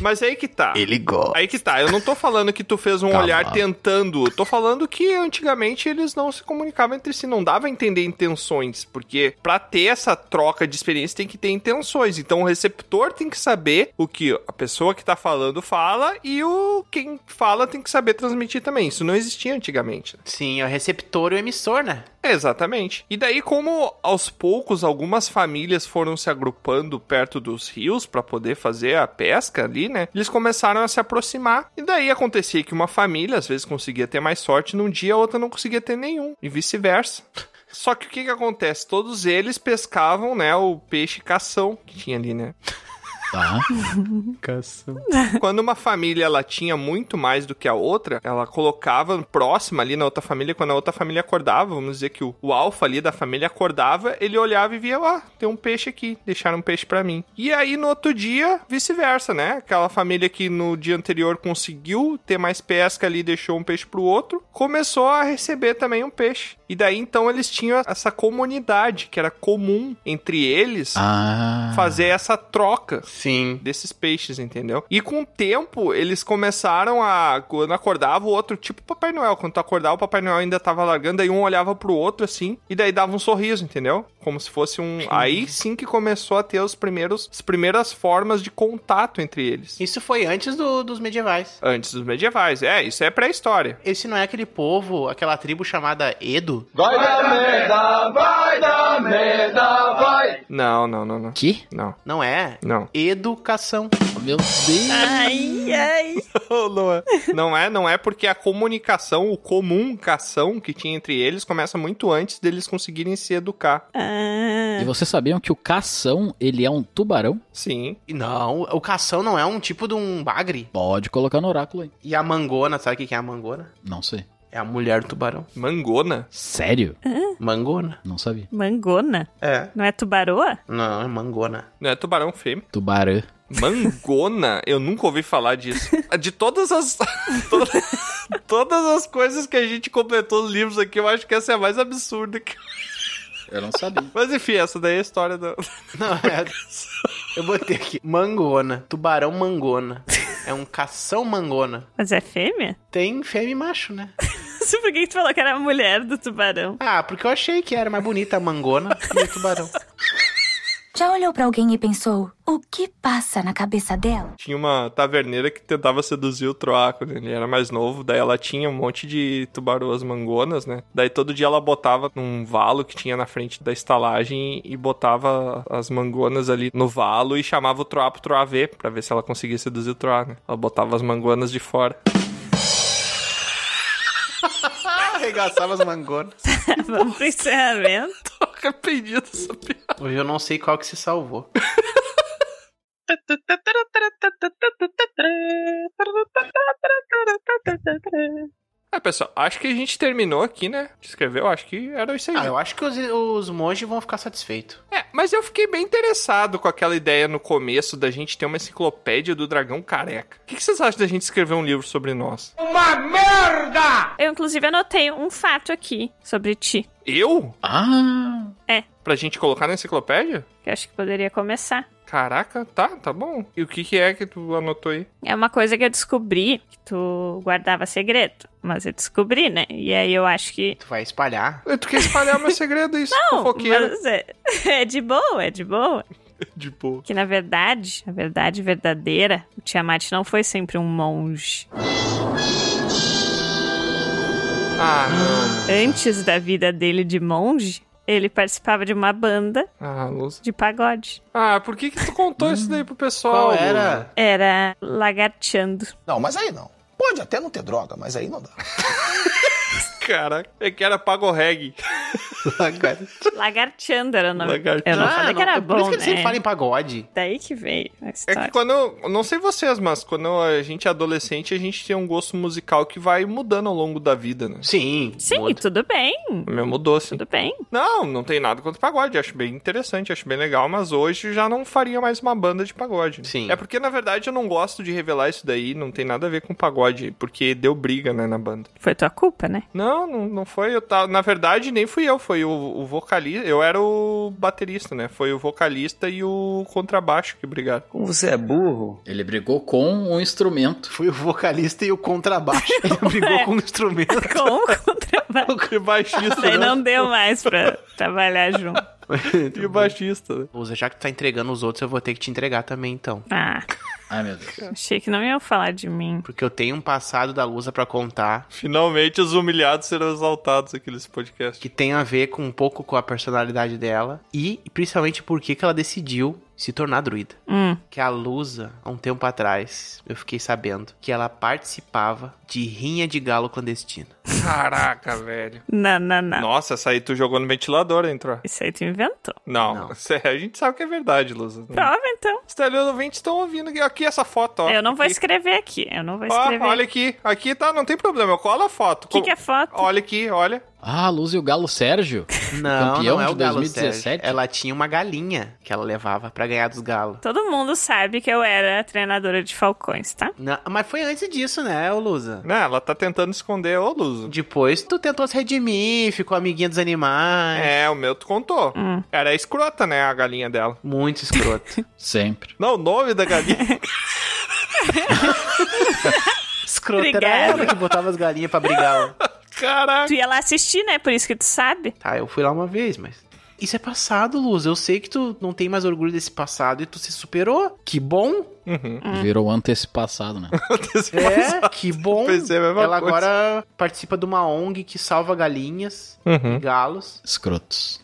Speaker 7: Mas aí que tá.
Speaker 3: Ele gosta.
Speaker 7: Aí que tá. Eu não tô falando que tu fez um
Speaker 3: Calma.
Speaker 7: olhar tentando. Eu tô falando que antigamente eles não se comunicavam entre si. Não dava a entender intenções. Porque pra ter essa troca de experiência tem que ter intenções. Então o receptor tem que saber o que a pessoa que tá falando fala e o quem fala tem que saber transmitir também. Isso não existia antigamente.
Speaker 3: Sim, é o receptor e o emissor, né?
Speaker 7: Exatamente. E daí, como aos poucos algumas famílias foram se agrupando perto dos rios pra poder fazer a pesca ali, né? Eles começaram a se aproximar. E daí acontecia que uma família às vezes conseguia ter mais sorte num dia, a outra não conseguia ter nenhum, e vice-versa. Só que o que que acontece? Todos eles pescavam, né, o peixe cação que tinha ali, né?
Speaker 1: Tá.
Speaker 3: Cação.
Speaker 7: Quando uma família ela tinha muito mais do que a outra, ela colocava próxima ali na outra família. Quando a outra família acordava, vamos dizer que o, o alfa ali da família acordava, ele olhava e via, ah, tem um peixe aqui, deixaram um peixe pra mim. E aí no outro dia, vice-versa, né? Aquela família que no dia anterior conseguiu ter mais pesca ali, deixou um peixe pro outro, começou a receber também um peixe. E daí então eles tinham essa comunidade que era comum entre eles
Speaker 1: Ah.
Speaker 7: fazer essa troca
Speaker 3: Sim.
Speaker 7: desses peixes, entendeu? E com o tempo, eles começaram a. Quando acordava o outro, tipo Papai Noel. Quando tu acordava, o Papai Noel ainda tava largando, aí um olhava pro outro assim, e daí dava um sorriso, entendeu? como se fosse um. Aí sim que começou a ter os primeiros, as primeiras formas de contato entre eles.
Speaker 3: Isso foi antes do- dos medievais.
Speaker 7: Antes dos medievais, é, isso é pré-história.
Speaker 3: Esse não é aquele povo, aquela tribo chamada Edo?
Speaker 2: Vai dar merda, vai dar merda, vai.
Speaker 7: Não, não, não, não.
Speaker 1: Que?
Speaker 7: Não.
Speaker 3: Não é? (laughs)
Speaker 7: Não.
Speaker 3: Educação.
Speaker 1: Meu Deus.
Speaker 4: Ai, ai.
Speaker 7: não é. Não é, não é porque a comunicação, o comunicação que tinha entre eles começa muito antes deles conseguirem se educar.
Speaker 4: Ah.
Speaker 1: E vocês sabiam que o cação, ele é um tubarão?
Speaker 7: Sim.
Speaker 3: E Não, o cação não é um tipo de um bagre.
Speaker 1: Pode colocar no oráculo aí.
Speaker 3: E a mangona, sabe o que que é a mangona?
Speaker 1: Não sei.
Speaker 3: É a mulher do tubarão.
Speaker 7: Mangona?
Speaker 1: Sério?
Speaker 3: Mangona?
Speaker 1: Não sabia.
Speaker 4: Mangona?
Speaker 3: É.
Speaker 4: Não é tubaroa?
Speaker 3: Não, é mangona.
Speaker 7: Não é tubarão fêmea?
Speaker 1: Tubarão.
Speaker 7: Mangona? (laughs) Eu nunca ouvi falar disso. De todas as. (laughs) to- todas as coisas que a gente completou os livros aqui, eu acho que essa é a mais absurda que.
Speaker 1: Eu não sabia.
Speaker 7: Mas enfim, essa daí é a história da.
Speaker 3: Não, é. Eu botei aqui. Mangona. Tubarão mangona. É um cação mangona.
Speaker 4: Mas é fêmea? (laughs)
Speaker 3: Tem fêmea e macho, né?
Speaker 4: Por que que tu falou que era a mulher do tubarão? (laughs)
Speaker 3: Ah, porque eu achei que era mais bonita a mangona e o tubarão.
Speaker 14: Já olhou pra alguém e pensou o que passa na cabeça dela?
Speaker 7: Tinha uma taverneira que tentava seduzir o Troá quando ele era mais novo. Daí ela tinha um monte de tubaroas mangonas, né? Daí todo dia ela botava num valo que tinha na frente da estalagem e botava as mangonas ali no valo e chamava o Troá pro Troá ver, pra ver se ela conseguia seduzir o Troá, né? Ela botava as mangonas de fora. (laughs)
Speaker 3: Arregaçava as mangonas.
Speaker 4: Vamos pro encerramento.
Speaker 7: Tô arrependido dessa piada.
Speaker 3: Hoje eu não sei qual que se salvou.
Speaker 7: É, pessoal, acho que a gente terminou aqui, né? De escrever, eu acho que era isso aí.
Speaker 3: Ah,
Speaker 7: né?
Speaker 3: eu acho que os, os monges vão ficar satisfeitos.
Speaker 7: É, mas eu fiquei bem interessado com aquela ideia no começo da gente ter uma enciclopédia do dragão careca. O que, que vocês acham da gente escrever um livro sobre nós?
Speaker 2: Uma merda!
Speaker 4: Eu, inclusive, anotei um fato aqui sobre ti,
Speaker 7: Eu?
Speaker 1: Ah!
Speaker 7: Pra gente colocar na enciclopédia?
Speaker 4: que eu acho que poderia começar.
Speaker 7: Caraca, tá, tá bom. E o que, que é que tu anotou aí?
Speaker 4: É uma coisa que eu descobri que tu guardava segredo. Mas eu descobri, né? E aí eu acho que.
Speaker 3: Tu vai (laughs) espalhar.
Speaker 7: Eh, Tu quer espalhar meu segredo isso,
Speaker 4: Não,
Speaker 7: fofoqueiro?
Speaker 4: mas é, (laughs) é de boa, é de boa.
Speaker 7: De boa.
Speaker 4: Que na verdade, a verdade verdadeira, o Tiamat não foi sempre um monge.
Speaker 7: Ah, não.
Speaker 4: Antes da vida dele de monge, ele participava de uma banda
Speaker 7: Ah, Luz.
Speaker 4: de pagode.
Speaker 7: Ah, por que, que tu contou isso daí pro pessoal?
Speaker 3: Qual
Speaker 7: Lusa?
Speaker 3: era?
Speaker 4: Era
Speaker 3: (laughs)
Speaker 4: lagarteando.
Speaker 15: Não, mas aí não. Pode até não ter droga, mas aí não dá.
Speaker 7: Caraca, é que era pagorreg.
Speaker 4: Lagarteando era o nome.
Speaker 7: Lagarteando.
Speaker 4: Eu não
Speaker 3: Ah,
Speaker 4: falei que era
Speaker 3: Por isso
Speaker 4: bom,
Speaker 3: que eles sempre
Speaker 4: né?
Speaker 3: falam em pagode.
Speaker 4: Daí que veio a
Speaker 7: É
Speaker 4: história.
Speaker 7: que quando. eu- Não sei vocês, mas quando a gente é adolescente, a gente tem um gosto musical que vai mudando ao longo da vida, né?
Speaker 3: Sim.
Speaker 4: Sim,
Speaker 3: muda.
Speaker 4: tudo bem.
Speaker 7: O meu mudou, assim.
Speaker 4: Tudo bem.
Speaker 7: Não, não tem nada contra o pagode. Acho bem interessante, acho bem legal, mas hoje já não faria mais uma banda de pagode. né?
Speaker 3: Sim.
Speaker 7: É porque, na verdade, eu não gosto de revelar isso daí, não tem nada a ver com pagode, porque deu briga, né, na banda.
Speaker 4: Foi tua culpa,
Speaker 7: (laughs)
Speaker 4: né?
Speaker 7: Não, não, não foi. Eu tava, na verdade, nem fui eu, foi o, o vocalista. Eu era o baterista, né? Foi o vocalista e o contrabaixo que brigaram.
Speaker 1: Como você é burro? Ele brigou com um instrumento.
Speaker 3: Foi o vocalista e o
Speaker 4: (laughs)
Speaker 3: contrabaixo. Ele brigou
Speaker 4: É.
Speaker 3: com o instrumento. (laughs)
Speaker 4: Com o contrabaixo.
Speaker 7: E o (laughs) baixista.
Speaker 4: Daí
Speaker 7: né?
Speaker 4: não deu mais pra trabalhar junto.
Speaker 7: E o baixista, né?
Speaker 3: Lusa, já que tu tá entregando os outros, eu vou ter que te entregar também, então.
Speaker 4: Ah,
Speaker 1: Ai, meu Deus.
Speaker 4: achei que não iam falar de mim.
Speaker 3: Porque eu tenho um passado da Lusa pra contar
Speaker 7: Finalmente os humilhados serão exaltados aqui nesse podcast.
Speaker 3: que tem a ver com um pouco com a personalidade dela e principalmente por que que ela decidiu se tornar druida.
Speaker 4: Hum.
Speaker 3: Que a Lusa, há um tempo atrás, eu fiquei sabendo que ela participava de rinha de galo
Speaker 1: (laughs)
Speaker 3: clandestina.
Speaker 7: Caraca, velho.
Speaker 4: Não, não, não.
Speaker 7: Nossa, essa aí tu jogou no ventilador, entrou.
Speaker 4: Isso aí tu inventou.
Speaker 7: Não, (laughs)
Speaker 3: Não.
Speaker 7: sé- a gente sabe que é verdade, Lusa.
Speaker 4: Prova então.
Speaker 7: Os teleouvintes estão ouvindo aqui- aqui essa foto, ó.
Speaker 4: É, Eu não vou
Speaker 7: Aqui.
Speaker 4: escrever aqui. Eu não vou
Speaker 7: Ó,
Speaker 4: escrever.
Speaker 7: olha aqui. Aqui tá, não tem problema. Eu colo a foto.
Speaker 4: O que, que é foto?
Speaker 7: Olha aqui, olha.
Speaker 1: Ah, a Luz e o Galo Sérgio?
Speaker 3: Não,
Speaker 1: campeão
Speaker 3: não é
Speaker 1: de
Speaker 3: o galo,
Speaker 1: 2017?
Speaker 3: Sérgio. Ela tinha uma galinha que ela levava pra ganhar dos galos.
Speaker 4: Todo mundo sabe que eu era treinadora de falcões, tá?
Speaker 3: Não, mas foi antes disso, né, ô Lusa?
Speaker 7: Né, ela tá tentando esconder ô Lusa.
Speaker 3: Depois tu tentou se redimir, ficou amiguinha dos animais.
Speaker 7: É, o meu tu contou.
Speaker 4: Hum.
Speaker 7: Era escrota, né, a galinha dela.
Speaker 3: Muito escroto.
Speaker 1: Sempre.
Speaker 7: Não, o nome da galinha.
Speaker 3: escroto era
Speaker 4: (laughs) Obrigada.
Speaker 3: ela que botava as galinhas pra brigar. ó.
Speaker 7: Caraca.
Speaker 4: Tu ia lá assistir, né? Por isso que tu sabe.
Speaker 3: Tá, eu fui lá uma vez, mas. Isso é passado, Luz. Eu sei que tu não tem mais orgulho desse passado e tu se superou. Que bom.
Speaker 1: Uhum. Virou antepassado, né?
Speaker 3: É, que bom. Ela agora participa de uma ONG que salva galinhas
Speaker 1: Uhum.
Speaker 7: Hum?
Speaker 1: (laughs)
Speaker 3: e galos.
Speaker 1: Escrotos.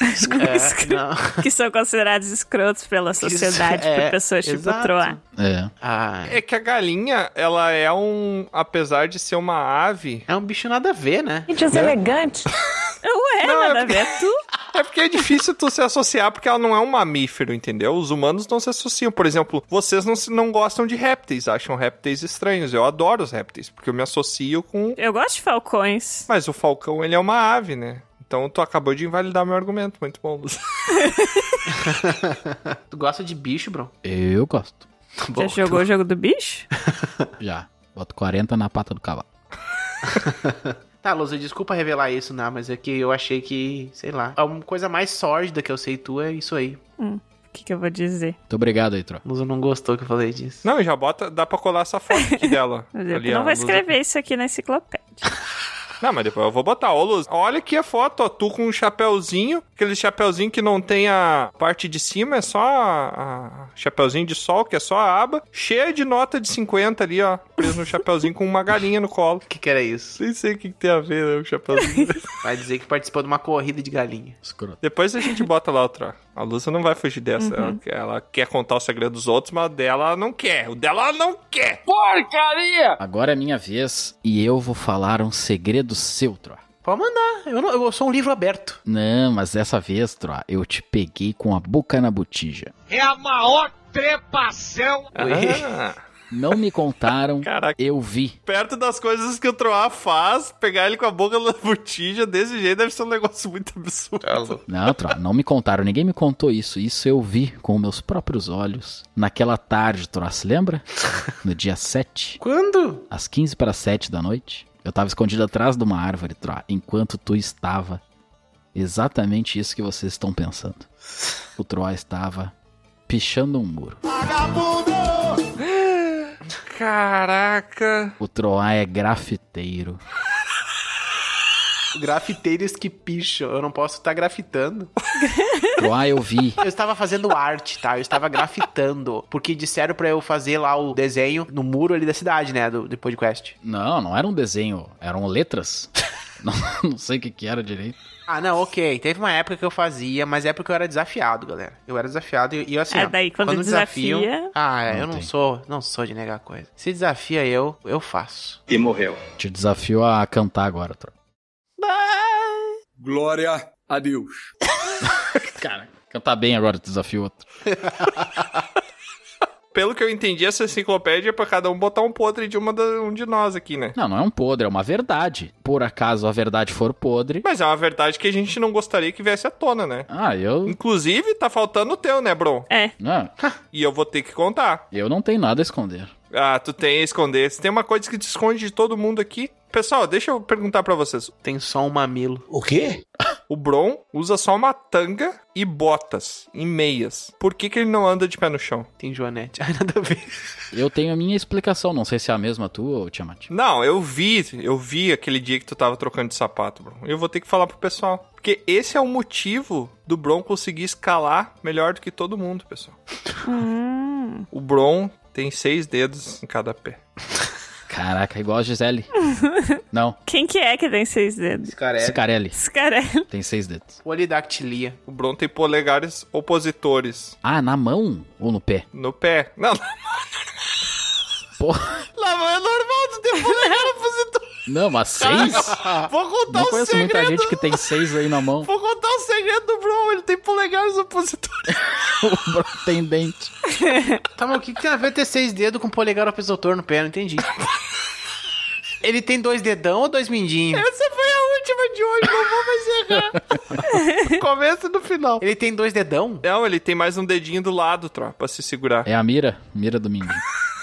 Speaker 3: É, não.
Speaker 4: que são considerados escrotos pela sociedade,
Speaker 3: é,
Speaker 4: por pessoas tipo
Speaker 3: exato.
Speaker 4: Troá.
Speaker 1: É.
Speaker 3: Ah,
Speaker 7: É que a galinha, ela é um. Apesar de ser uma ave.
Speaker 3: É um bicho nada a ver, né?
Speaker 4: Gente, deselegante. Ué,
Speaker 7: Não, é
Speaker 4: nada a
Speaker 7: porque-
Speaker 4: ver, é tu?
Speaker 7: É porque é difícil tu se associar, porque ela não é um mamífero, entendeu? Os humanos não se associam. Por exemplo, vocês não, se- não gostam de répteis, acham répteis estranhos. Eu adoro os répteis, porque eu me associo com.
Speaker 4: Eu gosto de falcões.
Speaker 7: Mas o falcão, ele é uma ave, né? Então tu acabou de invalidar meu argumento. Muito bom, Luz.
Speaker 3: Tu gosta de bicho, bro?
Speaker 1: Eu gosto.
Speaker 4: Já jogou o jogo do bicho?
Speaker 1: Já. Boto 40 na pata do cavalo.
Speaker 3: Tá, Luz, desculpa revelar isso, né? Mas é que eu achei que, sei lá, a uma coisa mais sórdida que eu sei tu é isso aí.
Speaker 4: Hum, o que, que eu vou dizer?
Speaker 1: Muito obrigado aí, Tro.
Speaker 3: Lusa não gostou que eu falei disso.
Speaker 7: Não, já bota. Dá pra colar essa foto aqui dela.
Speaker 4: (laughs) Mas eu
Speaker 7: Ali,
Speaker 4: não
Speaker 7: ó,
Speaker 4: vou
Speaker 7: Luz-
Speaker 4: escrever isso aqui na enciclopédia.
Speaker 7: Não, mas depois eu vou botar. Ô, Luz, olha aqui a foto, ó. Tu com um chapéuzinho, aquele chapéuzinho que não tem a parte de cima, é só a, a chapéuzinho de sol, que é só a aba, cheia de nota de 50 ali, ó. Preso no chapéuzinho com uma galinha no colo.
Speaker 3: O que, que era isso?
Speaker 7: Nem sei o que, que tem a ver, né? O chapéuzinho.
Speaker 3: Vai dizer que participou de uma corrida de galinha.
Speaker 1: Escroto.
Speaker 7: depois a gente bota lá outra. A Luz não vai fugir dessa. Ela, ela quer contar o segredo dos outros, mas o dela ela não quer. O dela ela não quer.
Speaker 3: Porcaria!
Speaker 1: Agora é minha vez e eu vou falar um segredo seu, Tro.
Speaker 3: Pode mandar. Eu, não- eu sou um livro aberto.
Speaker 1: Não, mas dessa vez, Tro, eu te peguei com a boca na botija.
Speaker 8: É a maior trepação.
Speaker 7: Ah.
Speaker 1: Não me contaram, eu vi.
Speaker 7: perto das coisas que o Troá faz, pegar ele com a boca na botija desse jeito deve ser um negócio muito absurdo.
Speaker 1: Não, Tro, não me contaram, ninguém me contou isso. Isso eu vi com meus próprios olhos naquela tarde, Tro, se lembra? No dia 7.
Speaker 3: Quando?
Speaker 1: Às 15 para 7 da noite, eu tava escondido atrás de uma árvore, Tro, enquanto tu estava. Exatamente isso que vocês estão pensando. O Troá estava pichando um muro.
Speaker 7: Caraca.
Speaker 1: O Troá é grafiteiro.
Speaker 3: Grafiteiros que picham. Eu não posso estar grafitando.
Speaker 1: Troá, eu vi.
Speaker 3: Eu estava fazendo arte, tá? Eu estava grafitando. Porque disseram pra eu fazer lá o desenho no muro ali da cidade, né? Do, do podcast.
Speaker 1: Não, não era um desenho, eram letras. (laughs) Não, não sei o que, que era direito.
Speaker 3: Ah, não, ok. Teve uma época que eu fazia, mas é porque eu era desafiado, galera. Eu era desafiado e, e assim.
Speaker 4: É,
Speaker 3: ó,
Speaker 4: daí quando
Speaker 3: desafiam-
Speaker 4: desafia-
Speaker 3: Ah, é,
Speaker 1: Não
Speaker 3: eu não
Speaker 1: tem.
Speaker 3: sou. Não sou de negar coisa. Se desafia eu, eu faço.
Speaker 1: E morreu. Te desafio a cantar agora, Tro.
Speaker 16: Glória a Deus.
Speaker 1: Cara. Cantar bem agora, te desafio outro.
Speaker 7: Pelo que eu entendi, essa enciclopédia é pra cada um botar um podre de uma da- um de nós aqui, né?
Speaker 1: Não, não é um podre, é uma verdade. Por acaso a verdade for podre.
Speaker 7: Mas é uma verdade que a gente não gostaria que viesse à tona, né?
Speaker 1: Ah, eu.
Speaker 7: Inclusive, tá faltando o teu, né, Bron?
Speaker 4: É.
Speaker 1: Não,
Speaker 7: E eu vou ter que contar.
Speaker 1: eu não tenho nada a esconder.
Speaker 7: Ah, tu tem a esconder. Se tem uma coisa que te esconde de todo mundo aqui. Pessoal, deixa eu perguntar pra vocês.
Speaker 3: Tem só um mamilo.
Speaker 7: O quê? O Bron usa só uma tanga e botas e meias. Por que, que ele não anda de pé no chão?
Speaker 3: Tem Joanete. Ai, nada a ver.
Speaker 1: Eu tenho a minha explicação, não sei se é a mesma tua ou Tiamat.
Speaker 7: Não, eu vi, eu vi aquele dia que tu tava trocando de sapato, Bron. Eu vou ter que falar pro pessoal. Porque esse é o motivo do Bron conseguir escalar melhor do que todo mundo, pessoal.
Speaker 4: Hum.
Speaker 7: O Bron tem seis dedos em cada pé.
Speaker 1: Caraca, igual a Gisele. Não,
Speaker 4: Quem que é que tem seis dedos?
Speaker 1: Scarelli.
Speaker 4: Scarelli.
Speaker 1: Tem seis dedos.
Speaker 3: Polidactilia.
Speaker 7: O Bron tem polegares opositores
Speaker 1: Ah, na mão ou no pé?
Speaker 7: no pé. Não, (laughs)
Speaker 1: Porra.
Speaker 7: Lá, mas é normal, tu tem polegar opositor.
Speaker 1: (laughs) Não, mas seis?
Speaker 7: Vou contar
Speaker 3: Tá
Speaker 1: Não
Speaker 3: um
Speaker 7: o
Speaker 1: conheço muita
Speaker 7: segredo.
Speaker 1: gente que tem seis aí na mão.
Speaker 7: Vou contar o segredo do Bron, ele tem polegares opositores.
Speaker 1: O Bro tem dente.
Speaker 3: Tá, mas o que, que tem a ver ter seis dedos com polegar opositor no pé? Não entendi. Ele tem dois dedão ou dois mindinhos?
Speaker 7: Essa foi a última de hoje, não vou mais errar. Começo do final.
Speaker 3: Ele tem dois dedão?
Speaker 7: Não, ele tem mais um dedinho do lado, tropa, pra se segurar.
Speaker 1: É a mira, mira do Mindinho.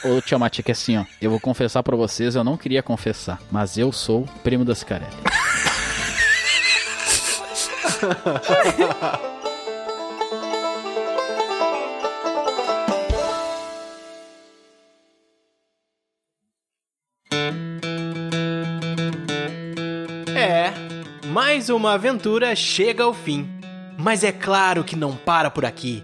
Speaker 1: Ô, Tiamat, é que assim, ó. Eu vou confessar pra vocês, eu não queria confessar, mas eu sou primo da Cicarelli.
Speaker 3: É. Mais uma aventura chega ao fim.
Speaker 2: Mas é claro que não para por aqui.